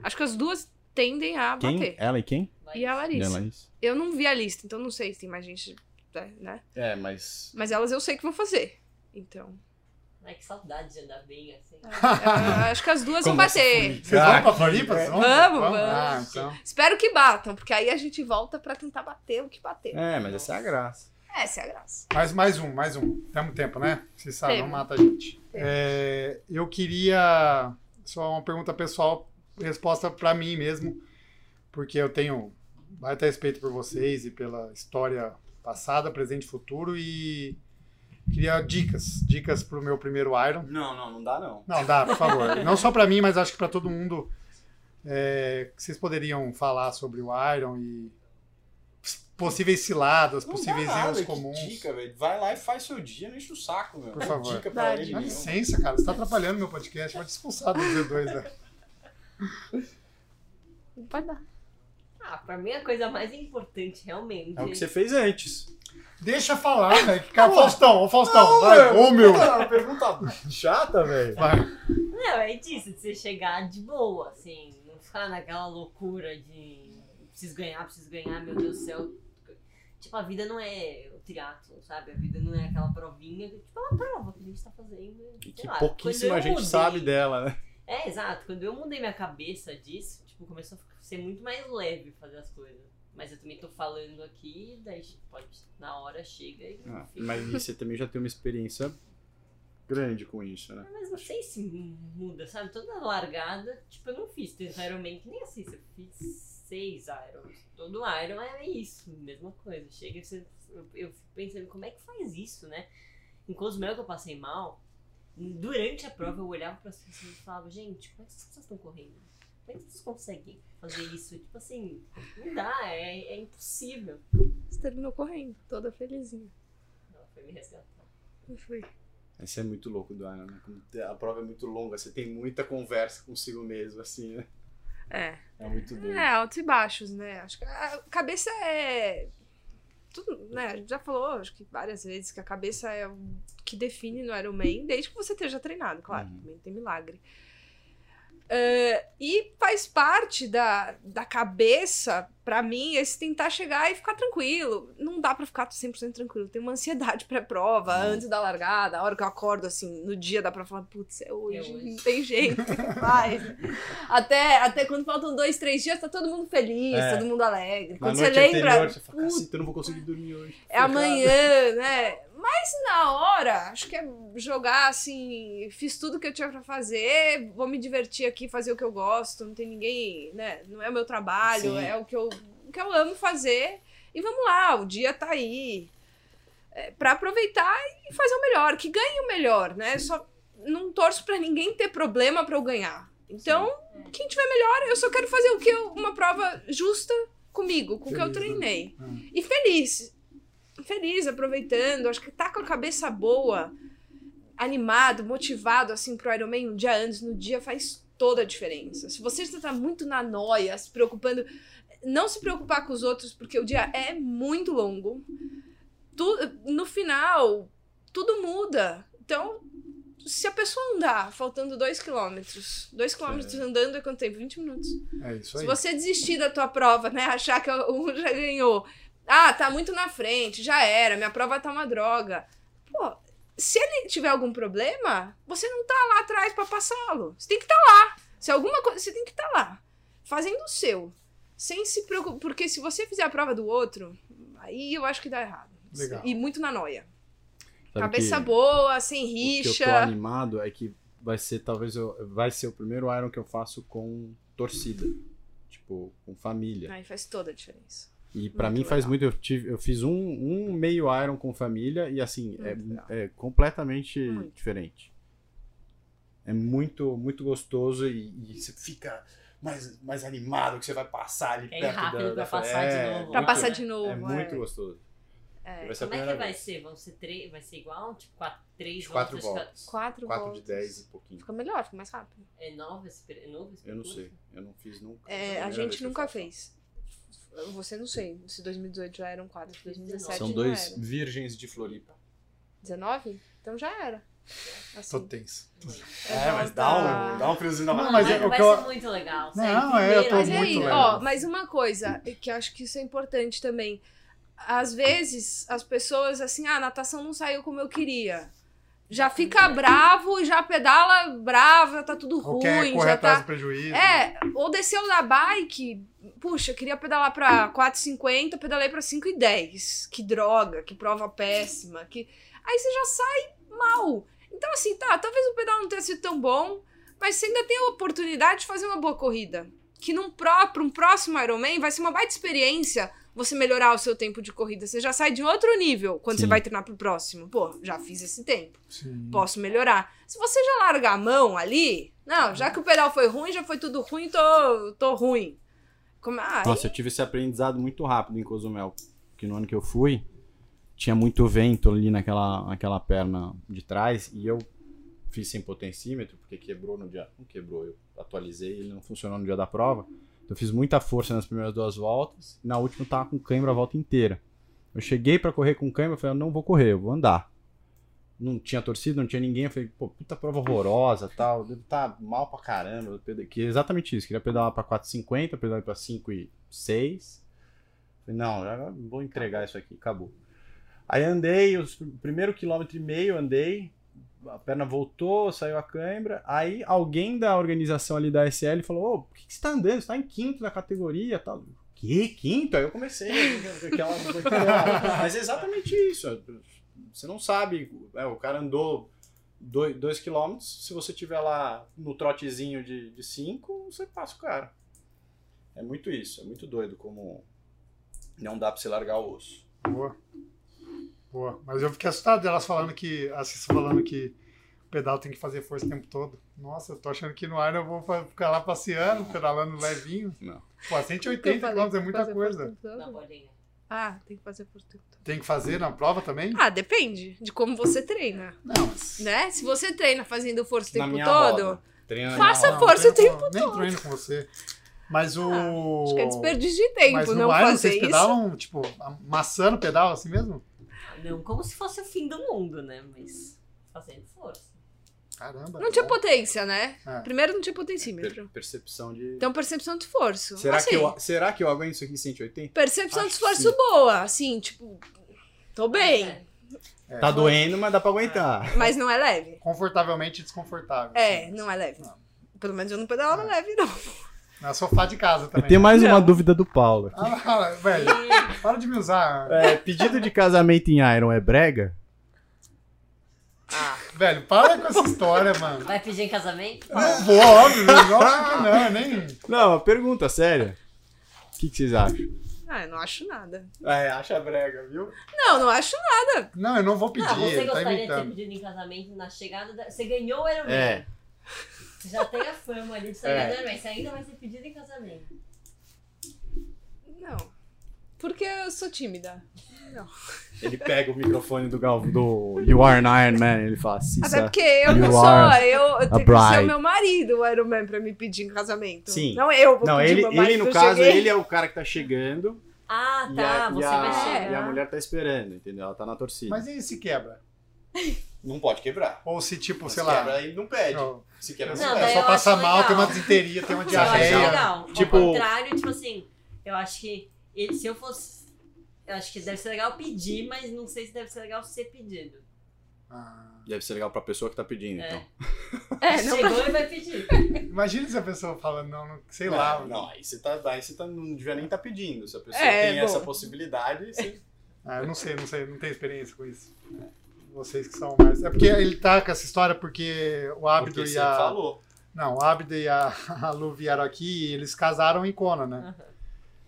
S2: Acho que as duas tendem a
S1: Quem? é?
S2: bater.
S1: Ela e quem?
S2: E a Larissa.
S1: Ela e isso.
S2: Eu não vi a lista, então não sei se tem mais gente, né?
S5: É, mas.
S2: Mas elas eu sei que vão fazer.
S1: [LAUGHS]
S2: Então,
S4: Ai, que saudade de andar bem assim.
S2: Ah. eu acho que as duas vão
S1: Como essa
S2: bater.
S3: Vocês
S1: Ah,
S3: vão pra Floripa? Vocês vão?
S2: Vamos,
S3: Ah,
S2: vamos.
S3: então.
S2: Espero que batam, porque aí a gente volta pra tentar bater o que bater.
S1: É, mas essa é a graça.
S2: Essa é a graça.
S3: Mais, mais um, mais um. Temos tempo, né? Vocês sabem, não
S2: Temos.
S3: mata a gente. É, eu queria. Só uma pergunta pessoal, resposta pra mim mesmo, porque eu tenho baita respeito por vocês e pela história passada, presente e futuro, e queria dicas. Dicas pro meu primeiro Iron.
S5: Não, não, não dá não.
S3: Não, dá, por favor. Não só pra mim, mas acho que pra todo mundo. é, que vocês poderiam falar sobre o Iron e possíveis ciladas,
S5: Não
S3: possíveis
S5: dá nada,
S3: erros
S5: que
S3: comuns.
S5: Dica, velho. Vai lá e faz seu dia, não enche o saco, meu.
S3: Por
S5: Dá
S3: favor.
S5: Dica pra
S2: Verdade.
S5: ele,
S3: Dá
S5: meu.
S3: licença, cara. Você tá atrapalhando meu podcast. Vai te expulsar do Z2, né?
S5: [LAUGHS]
S2: Vai dar.
S4: Ah, pra mim a coisa mais importante realmente.
S5: É o que você fez antes.
S3: Deixa eu falar, velho. Que cara,
S5: Pô.
S3: Faustão, ô Faustão. vai,
S5: [LAUGHS]
S3: ô meu.
S5: Puta, É Pergunta chata, velho.
S3: Vai.
S4: Não, é disso, de você chegar de boa, assim, não ficar naquela loucura de preciso ganhar, preciso ganhar, meu Deus do céu. Tipo, a vida não é o triatlo, sabe? A vida não é aquela provinha, que, tipo, é uma prova que a gente tá fazendo.
S1: E
S4: sei
S1: que
S4: lá. Quando
S1: pouquíssima
S4: eu
S1: gente
S4: mudei-
S1: sabe dela, né?
S4: É, exato. Quando eu mudei minha cabeça disso, tipo, começou a ser muito mais leve fazer as coisas. Mas eu também tô falando aqui, daí tipo, pode, na hora chega e
S1: Ah,
S4: fica.
S1: mas você também já tem uma experiência grande com isso, né?
S4: Mas não sei se muda, sabe? Toda largada, tipo, eu não fiz tanto Ironman que nem assim, eu fiz seis Irons. Todo Iron é isso, mesma coisa. Chega e você, eu, eu fico pensando, como é que faz isso, né? Em Cozumel que eu passei mal, durante a prova eu olhava para as pessoas e falava, gente, como é que vocês estão correndo? Como é que vocês conseguem fazer isso? Tipo assim, não dá, é, é impossível.
S2: Você terminou correndo, toda felizinha.
S4: Ela foi me resgatar.
S2: E Foi.
S1: Isso é muito louco do Iron, né? Como te- A prova é muito longa, você tem muita conversa consigo mesmo, assim, né?
S2: É.
S5: É muito doido.
S2: É, altos e baixos, né? Acho que a cabeça é. Tudo, né? A gente já falou, acho que várias vezes, que a cabeça é o que define no Iron Man, desde que você esteja treinado, claro,
S1: Uhum.
S2: também tem milagre. É, e faz parte da, da cabeça, pra mim, esse tentar chegar e ficar tranquilo. Não dá pra ficar 100% tranquilo. Tem uma ansiedade [LAUGHS] pré-prova, antes da largada, a hora que eu acordo, assim, no dia dá pra falar, putz, é hoje,
S4: hoje.
S2: não tem jeito, o que faz? Até, até quando faltam dois, três dias, tá todo mundo feliz,
S1: É.
S2: todo mundo alegre.
S1: Na
S2: Quando você
S1: noite
S2: lembra,
S1: anterior, você fala,
S2: "Puta,
S1: cacete, eu não vou conseguir dormir hoje.
S2: é amanhã, né? Mas na hora, acho que é jogar assim, fiz tudo que eu tinha pra fazer, vou me divertir aqui, fazer o que eu gosto, não tem ninguém, né? Não é o meu trabalho,
S5: Sim.
S2: é o que, eu, o que eu amo fazer. E vamos lá, o dia tá aí. É, pra aproveitar e fazer o melhor, que ganhe o melhor, né? Só não torço pra ninguém ter problema pra eu ganhar. Então, quem tiver melhor, eu só quero fazer o que eu, uma prova justa comigo, com o que eu
S3: Feliz, né?
S2: treinei.
S3: Hum.
S2: E feliz. Feliz, aproveitando. Acho que tá com a cabeça boa, animado, motivado, assim, pro Ironman um dia antes, no dia faz toda a diferença. Se você já tá muito na noia, se preocupando, não se preocupar com os outros, porque o dia é muito longo. Tu- no final, tudo muda. Então, se a pessoa andar faltando dois quilômetros, dois quilômetros andando é quanto tempo? 20 minutos.
S3: É isso
S2: Se
S3: aí.
S2: você desistir da tua prova, né? Achar que um já ganhou. Ah, tá muito na frente, já era, minha prova tá uma droga. Pô, se ele tiver algum problema, você não tá lá atrás pra passá-lo. Você tem que estar lá. Se alguma coisa, você tem que estar lá, fazendo o seu, sem se preocupar, porque se você fizer a prova do outro, aí eu acho que dá errado.
S3: Legal.
S2: E muito na noia.
S1: Sabe
S2: Cabeça
S1: que-
S2: boa, sem
S1: O que eu tô
S2: rixa.
S1: animado é que vai ser talvez eu, vai ser o primeiro Iron que eu faço com torcida, tipo, com família.
S2: Aí faz toda a diferença.
S1: E pra
S2: Muito
S1: mim faz
S2: legal.
S1: muito. Eu, tive- eu fiz um, um meio Iron com família e assim, é,
S2: Muito legal.
S1: é completamente
S2: Muito.
S1: diferente. É muito, muito gostoso e,
S5: E
S1: e
S5: você fica mais, mais animado que você vai passar ali
S4: É
S5: perto
S4: rápido
S5: da,
S4: pra
S5: da
S4: passar
S1: de
S5: é,
S4: novo.
S2: Pra
S1: Muito-
S2: passar de novo.
S1: é muito gostoso. E vai ser a
S4: Como é que
S1: primeira
S4: vai
S1: vez.
S4: ser? Vão ser três, vai ser igual? Tipo, quatro, três
S1: Quatro
S4: voltas? cada-
S2: Quatro,
S1: Quatro de
S2: voltas.
S1: 10 e um pouquinho.
S2: Fica melhor, fica mais rápido.
S4: É nova esse, per- é novo esse
S1: Eu não
S4: percurso?
S1: sei. Eu não fiz nunca. É
S2: É, a
S1: primeira vez
S2: gente
S1: que eu
S2: nunca
S1: faço.
S2: fez. Você não sei se 2018 já era um quadro, se 2017
S1: São
S2: já
S1: dois
S2: era.
S1: virgens de Floripa.
S2: 19? Então já era. Assim.
S3: Tô tenso.
S5: É, mas dá um, dá um friozinho na
S3: Não,
S5: barriga.
S3: mas
S4: Mas
S3: é- o
S4: vai
S3: que eu-
S4: ser muito legal.
S3: Não, é, eu tô
S2: Mas
S4: Mas
S2: é
S3: muito
S2: aí,
S3: legal.
S2: ó, mas uma coisa que eu acho que isso é importante também. Às vezes as pessoas assim, ah, a natação não saiu como eu queria. Já fica bravo, já pedala bravo, já tá tudo
S3: Ou
S1: é
S3: quer
S2: ruim,
S3: correr
S2: já
S3: atrás
S2: tá.
S3: do prejuízo.
S2: É, ou desceu da bike, puxa, eu queria pedalar pra 4,50, pedalei pra 5,10. Que droga, que prova péssima. Que... Aí você já sai mal. Então, assim, tá, talvez o pedal não tenha sido tão bom, mas você ainda tem a oportunidade de fazer uma boa corrida. Que num próprio, um próximo Ironman vai ser uma baita experiência você melhorar o seu tempo de corrida. Você já sai de outro nível quando você
S1: Sim.
S2: vai treinar pro próximo. Pô, já fiz esse tempo
S3: Sim.
S2: posso melhorar. Se você já larga a mão ali, não, já que o pedal foi ruim, já foi tudo ruim, tô, tô ruim. Como, ah,
S1: Nossa, eu tive esse aprendizado muito rápido em Cozumel. Porque no ano que eu fui, tinha muito vento ali naquela, naquela perna de trás. E eu fiz sem potencímetro, porque quebrou no dia. Não quebrou, eu atualizei, ele não funcionou no dia da prova. Então, Eu fiz muita força nas primeiras duas voltas. E na última eu tava com cãibra a volta inteira. Eu cheguei pra correr com cãibra, eu falei, eu não vou correr, eu vou andar. Não tinha torcida, não tinha ninguém. Eu falei, pô, puta prova horrorosa tal. Devo tá mal pra caramba. eu peda- Que é exatamente isso. Queria pedalar pra 4,50, pedalei pra 5,6. Falei, não, já vou entregar isso aqui, acabou. Aí andei, os pr- primeiro quilômetro e meio andei. A perna voltou, saiu a cãibra. Aí alguém da organização ali da SL falou: Ô, por que, que você tá andando? Você tá em quinto na categoria tal. Que quinto? Aí eu comecei. [LAUGHS] aquela- aquela- Mas é exatamente isso. Você não sabe. é, o cara andou 2 km. Se você tiver lá no trotezinho de 5, você passa o cara. É muito isso. É muito doido como não dá pra você largar o osso.
S3: Boa. Boa. Mas eu fiquei assustado delas falando que. Assis falando que o pedal tem que fazer força o tempo todo. Nossa, eu tô achando que no ar eu vou fa- ficar lá passeando, pedalando levinho.
S1: Não.
S3: Pô,
S2: eu
S3: 180
S2: falei,
S3: quilômetros é
S2: tem que
S3: muita
S2: fazer por
S3: coisa.
S2: tempo todo.
S4: Na bolinha.
S2: Ah, tem que fazer por tempo todo.
S3: Tem que fazer na prova também?
S2: Ah, depende de como você treina,
S3: Não, mas.
S2: né? Se você treina fazendo força o
S1: Na
S2: tempo
S1: minha
S2: todo,
S1: roda. Treina na
S3: Ah,
S2: Faça
S1: minha roda.
S2: força o
S3: treino com- Nem treino com você. Mas o.
S2: Acho que é desperdício de tempo
S3: Mas no
S2: não
S3: Iron,
S2: fazer
S3: vocês
S2: isso.
S3: pedalam, tipo, amassando o pedal assim mesmo?
S4: Não como se fosse o fim do mundo, né? Mas fazendo força.
S3: Caramba.
S2: Não tinha potência, né?
S3: É.
S2: Primeiro não tinha potencímetro.
S5: percepção de.
S2: Então, percepção de esforço.
S5: será,
S2: Assim,
S5: que eu, será que eu aguento isso aqui em 180?
S2: Percepção de
S5: Acho que
S2: esforço
S5: sim.
S2: boa, assim, tipo, tô bem,
S4: É.
S3: É,
S1: Tá doendo, mas dá pra aguentar.
S2: mas não é leve.
S3: Confortavelmente desconfortável.
S2: É,
S3: assim.
S2: não é leve.
S3: Não.
S2: Pelo menos eu não pedalava
S3: É.
S2: leve, não.
S3: Na sofá de casa
S1: Eu
S3: também.
S1: tenho mais uma
S2: Não.
S1: dúvida do Paulo. aqui.
S3: Ah, velho, para de me usar.
S1: É, pedido de casamento em Iron é brega?
S3: Velho, para com essa história, mano.
S4: Vai pedir em casamento?
S1: tá
S4: Ah,
S3: Não vou, óbvio, lógico que não, nem.
S1: Não, uma pergunta séria. O que, que vocês acham?
S2: Ah, eu não acho nada.
S5: É, acha brega, viu?
S2: Não, não acho nada.
S3: Não, eu não vou pedir,
S4: Ah, você
S3: ele tá
S4: gostaria de ter
S3: inventando.
S4: pedido em casamento na chegada da. Você ganhou o Iron Man.
S1: É.
S4: Você já tem a fama ali de ser
S1: É.
S4: ganhador, mas você ainda vai ser pedido em casamento.
S2: Não. Porque eu sou tímida.
S1: Ele pega o microfone do Galvão, do You Are an Iron Man, ele fala,
S2: Até
S1: Cissa.
S2: porque eu não
S1: you
S2: sou, é,
S1: are
S2: eu, eu tenho que ser
S1: bride.
S2: o meu marido, o Iron Man, pra me pedir em casamento.
S1: Sim.
S2: Não eu vou
S1: Não,
S2: pedir
S1: ele,
S2: meu marido.
S1: ele no
S2: eu
S1: caso,
S2: cheguei.
S1: ele é o cara que tá chegando
S4: Ah,
S1: e,
S4: tá.
S1: a, e
S4: você
S1: a-
S4: vai chegar.
S1: e a mulher tá esperando, entendeu? Ela tá na torcida.
S3: Mas e se quebra?
S5: Não pode quebrar.
S3: Ou se, tipo,
S5: Mas
S3: sei lá.
S5: quebra, ele não pede.
S3: não,
S5: Se quebra,
S3: a
S5: não,
S4: Não,
S5: pede.
S4: daí
S3: pessoa
S4: eu
S3: passa
S4: acho
S3: mal, tem uma
S4: legal.
S3: desinteria, tem uma
S4: Eu acho é
S3: diarreia.
S4: legal.
S1: Tipo-
S4: Ao contrário, tipo assim, eu acho que ele- se eu fosse. Eu acho que deve ser legal pedir, mas não sei se deve ser legal ser pedido.
S3: Ah,
S1: Deve ser legal pra pessoa que tá pedindo,
S4: É.
S1: então.
S2: [LAUGHS] É, não
S4: Chegou e vai
S3: [LAUGHS]
S4: pedir.
S3: Imagina se a pessoa fala, não, não sei
S5: Não,
S3: lá.
S5: Não, aí você, tá, aí você tá, não devia nem estar pedindo. Se a pessoa
S2: É,
S5: tem
S2: bom.
S5: essa possibilidade, você...
S3: Ah, eu não sei, não sei, não tenho experiência com isso. Vocês que são mais. É porque ele tá com essa história porque o Abdo
S5: porque
S3: e
S5: você
S3: a.
S5: falou.
S3: Não, o Abdo e a, [LAUGHS] a Lu vieram aqui e eles casaram em Kona, né?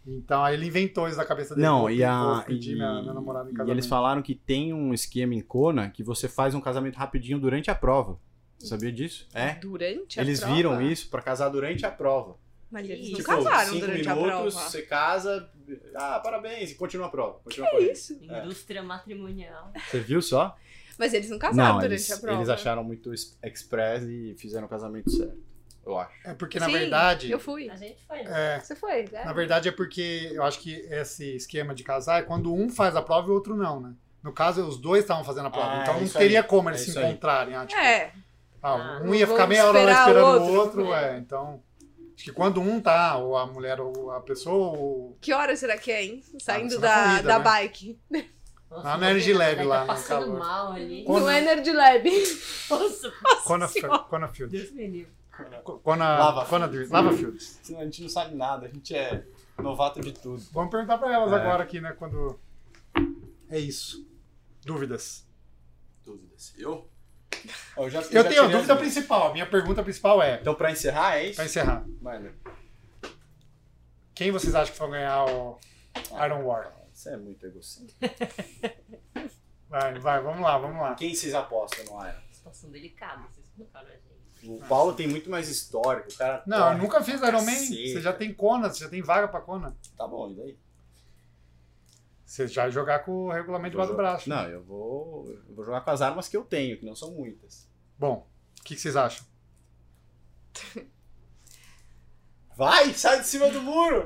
S3: Então aí ele inventou isso na cabeça dele.
S1: Não,
S3: vou-
S1: e a-
S3: vou pedir
S1: e-
S3: minha, minha namorada em
S1: E
S3: casamento.
S1: eles falaram que tem um esquema em Kona que você faz um casamento rapidinho durante a prova. Sabia disso? É.
S2: Durante a
S1: Eles
S2: prova?
S1: viram isso pra casar durante a prova.
S2: Mas eles não
S4: Tipo,
S2: casaram
S5: cinco
S2: durante
S5: minutos,
S2: a prova.
S5: você casa, ah, parabéns, e continua a prova. Continua a
S2: É
S5: corrida.
S2: isso.
S4: Indústria matrimonial.
S1: Você viu só?
S2: Mas eles não casaram
S1: Não,
S2: durante
S1: eles,
S2: a prova.
S1: eles acharam muito ex- express e fizeram o casamento certo. Eu acho.
S3: É porque, na
S2: Sim,
S3: verdade.
S2: Eu fui.
S4: A gente foi. né?
S3: É,
S2: Você foi, né?
S3: na verdade é porque eu acho que esse esquema de casar é quando um faz a prova e o outro não, né? No caso, os dois estavam fazendo a prova.
S5: Ah,
S3: então
S5: é
S3: não
S5: isso
S3: teria
S5: aí,
S3: como
S5: é
S3: eles
S5: isso
S3: se
S5: aí.
S3: encontrarem. Ah, tipo,
S2: É,
S3: Ah,
S4: Ah,
S3: um ia
S2: vamos
S3: ficar meia hora lá
S2: esperar o
S3: esperando o
S2: outro. né?
S3: outro, é. Então, acho que quando um tá, ou a mulher, ou a pessoa, ou...
S2: que hora será que é, hein? Saindo
S3: isso na
S2: da,
S3: corrida,
S2: da
S3: né?
S2: bike.
S4: Nossa,
S3: Lá no
S4: mas
S3: Energy
S4: ele-
S3: Lab,
S4: ele
S3: lá
S4: Tá
S3: no
S4: passando
S3: calor.
S4: mal ali.
S3: Quando-
S2: No Energy Lab.
S4: Nossa,
S3: Cona-
S2: Senhora.
S3: Conafield.
S4: Deus me livre.
S3: Cona-
S5: Lava.
S3: Conadir- Lavafield.
S5: Senão A gente não sabe nada, a gente é novato de tudo.
S3: Vamos perguntar pra elas
S1: É.
S3: agora aqui, né, quando... É isso. Dúvidas.
S5: Dúvidas. Eu? Ó, já,
S3: Eu,
S5: já
S3: tenho a
S5: tirei
S3: dúvida
S5: as minhas.
S3: principal, a minha pergunta principal é,
S5: Então, pra encerrar, é isso?
S3: pra encerrar,
S5: Mano,
S3: quem vocês acham que vão ganhar o Iron War?
S5: isso é muito egocêntrico.
S3: Vai, vai, vamos lá, vamos lá.
S5: Quem vocês apostam no Iron?
S4: Situação delicada, vocês colocaram a gente.
S5: O Paulo tem muito mais histórico, o cara...
S3: Não,
S5: corre.
S3: eu nunca fiz Iron Man,
S5: Caceta.
S3: você já tem Kona, você já tem vaga pra Kona.
S5: Tá bom, e daí?
S3: Você já jogar com o regulamento debaixo do braço.
S1: Não, eu vou, eu vou jogar com as armas que eu tenho, que não são muitas.
S3: Bom, o que, que vocês acham?
S5: Vai, sai de cima do muro!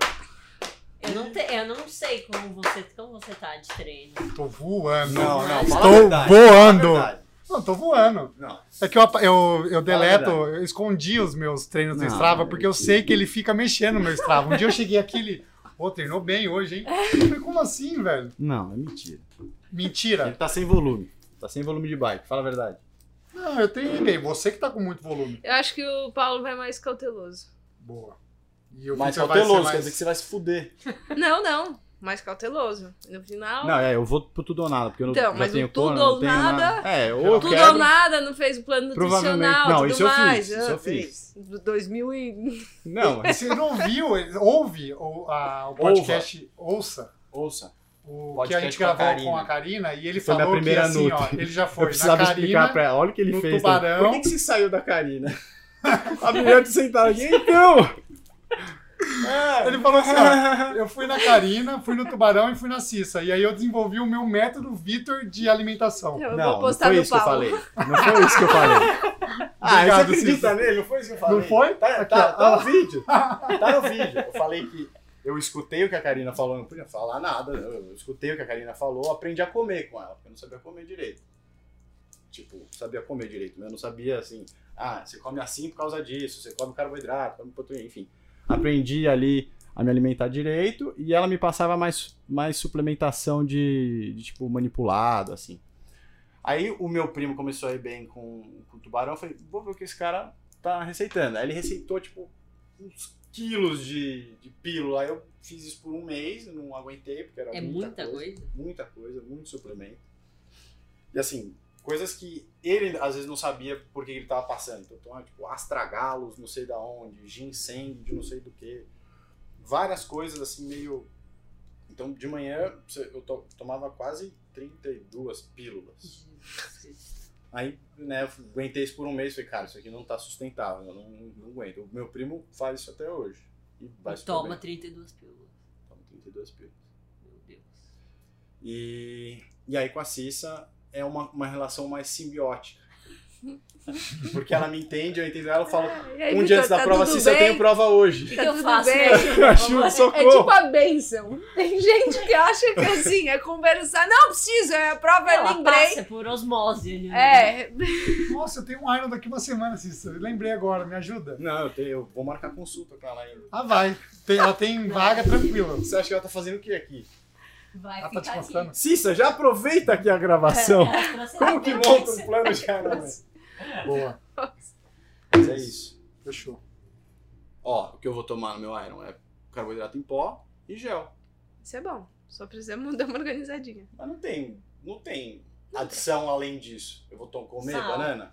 S4: Eu não, te- eu não sei como você, como você tá de treino.
S3: Tô voando.
S5: Não, não, fala a
S3: Estou
S5: verdade,
S3: voando.
S5: fala a verdade.
S3: Não, tô voando.
S5: Não,
S3: É que eu, apa- eu, eu deleto,
S5: Fala a
S3: eu escondi os meus treinos do
S1: Não,
S3: Strava,
S1: é
S3: porque eu sei que ele fica mexendo no meu Strava. Um
S1: [LAUGHS]
S3: dia eu cheguei aqui e ele, pô, treinou bem hoje, hein? Eu falei, como assim, velho?
S1: Não, é mentira. Ele
S3: Mentira.
S1: tá sem volume. Tá sem volume de bike, fala a verdade.
S3: Não, eu tenho bem. Você que tá com muito volume.
S2: Eu acho que o Paulo vai mais cauteloso.
S3: Boa. E eu
S5: mais
S3: você vai ser
S5: cauteloso,
S3: mais-
S5: quer dizer que você vai se fuder.
S2: [LAUGHS] Não, não. Mais cauteloso. No final,
S1: Não, é, eu vou pro tudo ou nada, porque eu não,
S2: Então,
S1: já
S2: mas o
S1: tenho
S2: tudo
S1: cona, não
S2: ou
S1: tenho
S2: nada-
S1: É, ou eu
S2: tudo
S1: quero...
S2: ou nada, não fez o plano
S1: Provavelmente-
S2: nutricional,
S1: não,
S2: tudo
S1: isso eu fiz,
S2: mais.
S1: isso eu
S2: Ah,
S1: fiz.
S2: fez. 2000 e... [LAUGHS]
S1: Não, é. mas...
S3: Você não viu? ele- Ouve o, a- o podcast, ouça.
S5: Ouça.
S3: O
S5: Podcast
S3: que a gente
S5: com a
S3: gravou com a
S5: Karina.
S3: Karina e ele
S1: Foi minha
S3: falou que
S1: primeira
S3: assim, ó,
S1: nutra.
S3: ele já foi
S1: Eu precisava
S3: na Karina,
S1: explicar pra ela. Olha o que ele
S3: no
S1: fez.
S3: tubarão.
S1: [LAUGHS] Por que, que você saiu da Karina? a mulher te sentaram aqui, então!
S3: Ele falou assim: ó, eu fui na Karina, fui no Tubarão e fui na Cissa. E aí eu desenvolvi o meu método Vitor de alimentação.
S2: Eu
S1: não,
S2: vou
S1: não
S2: postar
S1: foi
S2: no
S1: isso que eu
S2: Paulo.
S1: falei. Não foi isso que eu
S2: [LAUGHS]
S1: falei. Ah,
S3: Obrigado,
S1: você acredita
S3: Cícero.
S1: nele? Não foi isso que eu falei.
S3: Não foi?
S1: Tá,
S3: Aqui,
S1: tá-
S3: ó,
S1: tá
S3: tá lá.
S1: no
S3: [LAUGHS]
S1: vídeo. Tá no vídeo. Eu falei que eu escutei o que a Karina falou, não podia falar nada. Eu escutei o que a Karina falou, aprendi a comer com ela, porque eu não sabia comer direito. Tipo, sabia comer direito, mas eu não sabia assim. Ah, você come assim por causa disso, você come carboidrato, come proteína, enfim. Aprendi ali a me alimentar direito e ela me passava mais, mais suplementação de, de, tipo manipulado, assim. Aí o meu primo começou a ir bem com, com o tubarão, eu falei, vou ver o que esse cara tá receitando. Aí ele receitou, tipo, uns quilos de, de pílula. Aí eu fiz isso por um mês, não aguentei, porque era
S4: É muita coisa.
S1: Muita coisa, muito suplemento. E assim, coisas que ele às vezes não sabia por que ele tava passando. Então, tomava, tipo, astragalos, não sei da onde, ginseng, de não sei do que. Várias coisas assim, meio. Então, de manhã, você- eu to- tomava quase 32 pílulas. Aí, né, eu aguentei isso por um mês. Falei, cara, isso aqui não tá sustentável, eu não, não aguento. O meu primo faz isso até hoje. E vai super
S4: Toma
S1: bem.
S4: 32 pílulas.
S1: Toma 32 pílulas.
S4: Meu Deus.
S1: E, e aí com a Cissa é uma, uma relação mais [LAUGHS] simbiótica. Porque ela me entende, eu entendo ela, eu falo.
S2: E aí,
S1: um dia
S2: Vitor,
S1: antes da
S2: tá
S1: prova,
S2: tudo
S1: Cissa, eu
S2: bem?
S1: tenho prova hoje.
S4: O que,
S2: Tá
S4: eu
S1: [LAUGHS]
S2: tudo
S4: faço? né?
S2: bem?
S1: Eu chulo,
S2: É
S1: socorro.
S2: tipo a bênção. Tem gente que acha que assim, é conversar. Não precisa, é a prova, eu
S4: Ela
S2: lembrei.
S4: passa por osmose. né?
S2: É,
S3: Nossa, eu tenho um Iron daqui uma semana, Cissa. Eu Lembrei agora, me ajuda.
S1: Não, eu, tenho, eu vou marcar consulta com ela ainda.
S3: Ah, vai. Tem- ela tem vaga tranquila.
S1: Você acha que ela tá fazendo o que aqui?
S4: Vai
S3: Ela tá
S4: É ficar
S3: te
S4: aqui. É. tá
S3: mostrando?
S1: Cissa, já aproveita aqui a gravação.
S4: Pra você
S1: Como que monta um plano de caramba?
S3: Boa.
S1: Mas é isso.
S3: Fechou.
S1: Ó, o que eu vou tomar no meu Iron é carboidrato em pó e gel.
S2: isso é bom. Só precisamos dar uma organizadinha.
S1: Mas não tem, não tem adição além disso. Eu vou to- comer
S4: Sal.
S1: banana?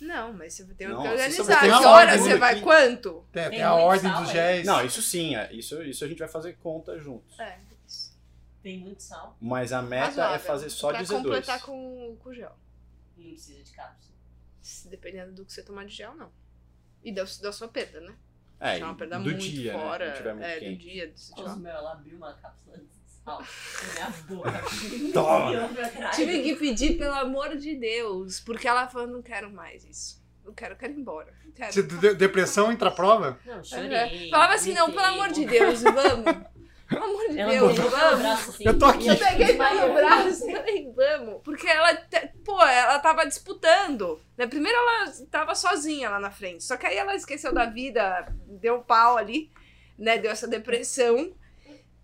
S2: Não, mas você tem que
S1: Não,
S2: organizar.
S1: você
S3: tem
S2: Que
S3: uma
S2: hora
S3: ordem
S2: você
S1: aqui.
S2: vai? Quanto?
S3: Tem, tem
S4: Tem
S3: a
S4: muito
S3: ordem
S4: sal
S3: dos
S4: aí?
S3: géis.
S1: Não, isso sim, é- isso, isso a gente vai fazer conta juntos.
S2: É, isso.
S4: Tem muito sal.
S1: Mas a meta
S2: Razoável.
S1: é fazer só
S2: pra
S1: 12.
S2: completar com o- com o gel.
S4: Não precisa de cápsula.
S2: Se- Dependendo do que você tomar de gel, não. E da, da sua perda, né?
S1: É,
S2: Se é uma perda
S1: do
S2: muito
S1: dia, né?
S2: fora.
S1: Não tiver muito
S2: é, do
S1: quente.
S2: dia. Se tiver...
S4: Nossa, meu, ela abriu uma cápsula de sal. na Minha boca.
S1: Toma.
S4: [LAUGHS] E eu pra trás.
S2: Tive que pedir, pelo amor de Deus. Porque ela falou, não quero mais isso. Não quero, quero ir embora. Não quero.
S3: Você de- depressão entra a prova?
S4: Não,
S2: É.
S4: chorei.
S2: Falava assim, não,
S4: gritei.
S2: pelo amor de Deus, vamos. Pelo amor de
S4: Ela
S2: Deus,
S4: botou meu
S2: vamos.
S4: braço assim.
S3: Eu tô aqui.
S2: Eu peguei
S4: Desmaiou.
S2: pelo braço e falei, vamos. Porque ela, te- pô, ela tava disputando. Né? Primeiro ela tava sozinha lá na frente. Só que aí ela esqueceu da vida, deu um pau ali, né? Deu essa depressão.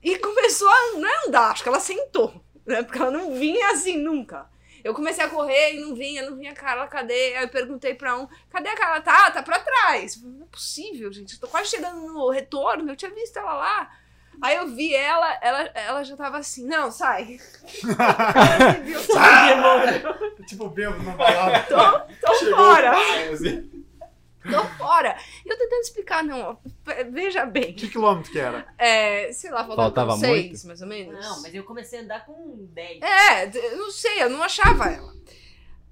S2: E começou a não é andar, acho que ela sentou, né? Porque ela não vinha assim nunca. Eu comecei a correr e não vinha, não vinha Carla, cadê? Aí eu perguntei pra um, cadê a Carla? Tá, tá pra trás. Eu falei, Não é possível, gente. Eu tô quase chegando no retorno, eu tinha visto ela lá. Aí eu vi ela, ela, ela já tava assim, não, sai.
S4: [LAUGHS]
S1: É
S3: tipo bêbado na balada.
S2: Tô
S1: Chegou.
S2: fora,
S1: Assim,
S2: tô fora. E eu tentando explicar, não, ó, pe- veja bem.
S3: Que quilômetro que era?
S2: É, sei lá, faltava,
S1: Faltava
S2: seis,
S1: muito?
S2: mais ou menos.
S4: Não, mas eu comecei a andar com 10.
S2: É, d- eu não sei, eu não achava ela.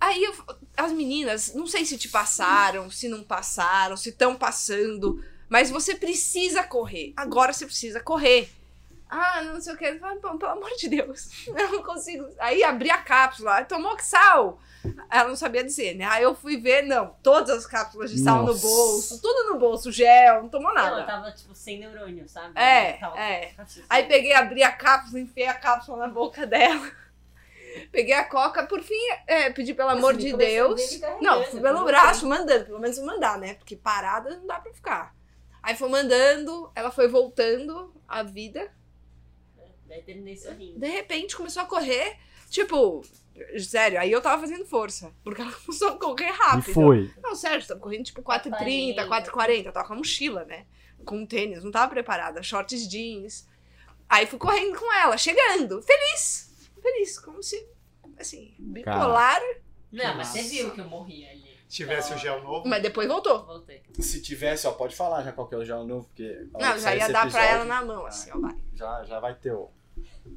S2: Aí eu- as meninas, não sei se te passaram, se não passaram, se estão passando, mas você precisa correr. Agora você precisa correr. Ah, não sei o que. Eu falava, "Pô, Pelo amor de Deus, [LAUGHS] eu não consigo. Aí abri a cápsula, "Ah, tomou que sal. Ela não sabia dizer, né? Aí eu fui ver, não, todas as cápsulas de sal no
S1: Nossa.
S2: bolso, tudo no bolso, gel, não tomou
S4: Não, eu
S2: nada.
S4: tava, tipo, sem neurônio, sabe?
S2: É,
S4: Eu tava- assim.
S2: é. Aí peguei, abri a cápsula, enfiei a cápsula na boca dela. [LAUGHS] Peguei a coca, por fim, é, pedi pelo amor
S4: Nossa,
S2: de
S4: me começou
S2: Deus.
S4: a me carregando,
S2: Não, fui pelo
S4: eu
S2: braço, mandando, pelo menos mandar, né? Porque parada não dá pra ficar. Aí foi mandando, ela foi voltando à vida.
S4: Daí terminei sorrindo.
S2: De repente começou a correr, tipo, sério, aí eu tava fazendo força. Porque ela [LAUGHS] começou a correr rápido.
S1: E foi.
S2: Não, sério, tava correndo tipo 4h30, 4h40, eu tava com a mochila, né? Com tênis, não tava preparada, shorts jeans. Aí fui correndo com ela, chegando, feliz, feliz, como se, assim, bipolar,
S4: Não, mas você
S3: Nossa.
S4: viu que eu morri ali.
S3: Se tivesse
S4: Da
S3: o gel novo.
S2: mas depois voltou.
S4: Voltei.
S1: Se tivesse, ó, pode falar já qual que é o gel novo, porque. a hora
S2: Não,
S1: que
S2: já
S1: sair
S2: ia
S1: esse
S2: dar pra
S1: episódio,
S2: ela na mão, assim, ó, vai.
S1: Já, já vai ter o.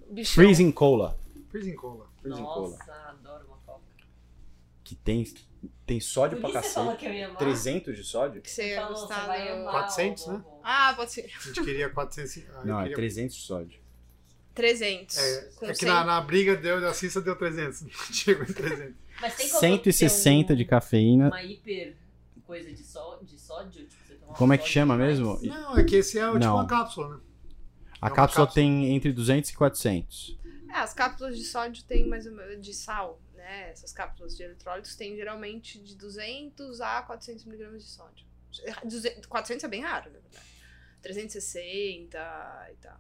S2: Bichão.
S1: Freezing Cola.
S3: Fiz em cola.
S1: Freezing Cola.
S4: Nossa, adoro uma coca.
S1: que tem, tem sódio
S4: Por
S1: pra
S4: que você falou
S1: cacete.
S4: que eu ia amar?
S1: 300 de sódio?
S2: Que você ia
S4: Falou, Então, você
S2: gostar
S4: vai
S2: do-
S4: amar.
S3: 400,
S4: o
S3: né?
S4: bobo.
S2: Ah, pode ser.
S3: A gente queria 400. ah, eu
S1: Não, é
S3: queria-
S1: 300 de sódio.
S2: 300.
S3: É,
S2: com
S3: é que
S2: 100.
S3: na, na briga deu, da Cissa deu [LAUGHS] 300. Chegou em 300.
S4: Mas tem como ter
S1: 160
S4: um-
S1: de cafeína.
S4: Uma hiper coisa de, só, de sódio? Tipo, você toma
S1: Como é que
S4: sódio
S1: chama
S4: demais?
S1: mesmo?
S3: Não, é que esse é o tipo
S1: Não.
S3: uma cápsula, né?
S1: A
S3: uma
S1: É cápsula
S3: cápsula.
S1: tem entre 200 e 400.
S2: É, as cápsulas de sódio tem mais ou menos de sal, né? Essas cápsulas de eletrólitos têm geralmente de 200 a 400 miligramas de sódio. Duze- 400 é bem raro, na verdade. 360 e tal.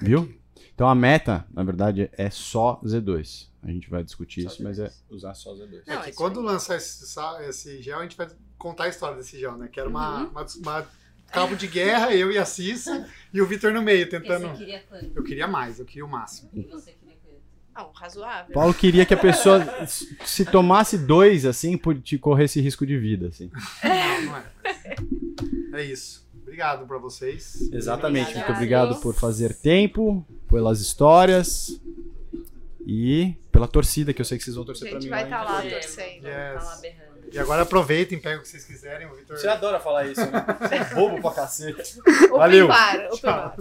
S1: Viu? Então a meta, na verdade, é só Z2. A gente vai discutir
S5: Só
S1: isso, mas é
S5: Z2.
S1: usar só Z2.
S3: É
S2: Não,
S3: que
S2: isso
S3: quando
S2: aí.
S3: lançar esse, sa- esse gel, a gente vai contar a história desse gel, né? Que era uma,
S2: Uhum.
S3: uma, uma cabo de guerra, eu e a Cissa, e o Vitor no meio,
S4: Porque Você
S3: tentando.
S4: queria quanto?
S3: Eu queria mais, eu queria o máximo.
S4: E você queria quanto?
S1: [LAUGHS]
S2: Não, razoável.
S1: Paulo queria que a pessoa [LAUGHS] s- se tomasse dois, assim, por te correr esse risco de vida, assim.
S3: Não, não é. É isso. Obrigado pra vocês.
S1: Exatamente.
S4: Obrigada.
S1: Muito obrigado por fazer tempo, pelas histórias e pela torcida, que eu sei que vocês vão
S2: A
S1: torcer pra
S2: gente
S1: mim.
S2: vai
S1: hein?
S2: estar lá
S4: Gema,
S2: torcendo.
S4: Tá lá
S3: Yes.
S4: berrando.
S3: E agora aproveitem, pegam o que vocês quiserem. O Vitor.
S1: [LAUGHS] adora falar isso, né? Você é bobo pra cacete.
S2: Open
S1: Valeu.
S2: bar, open bar.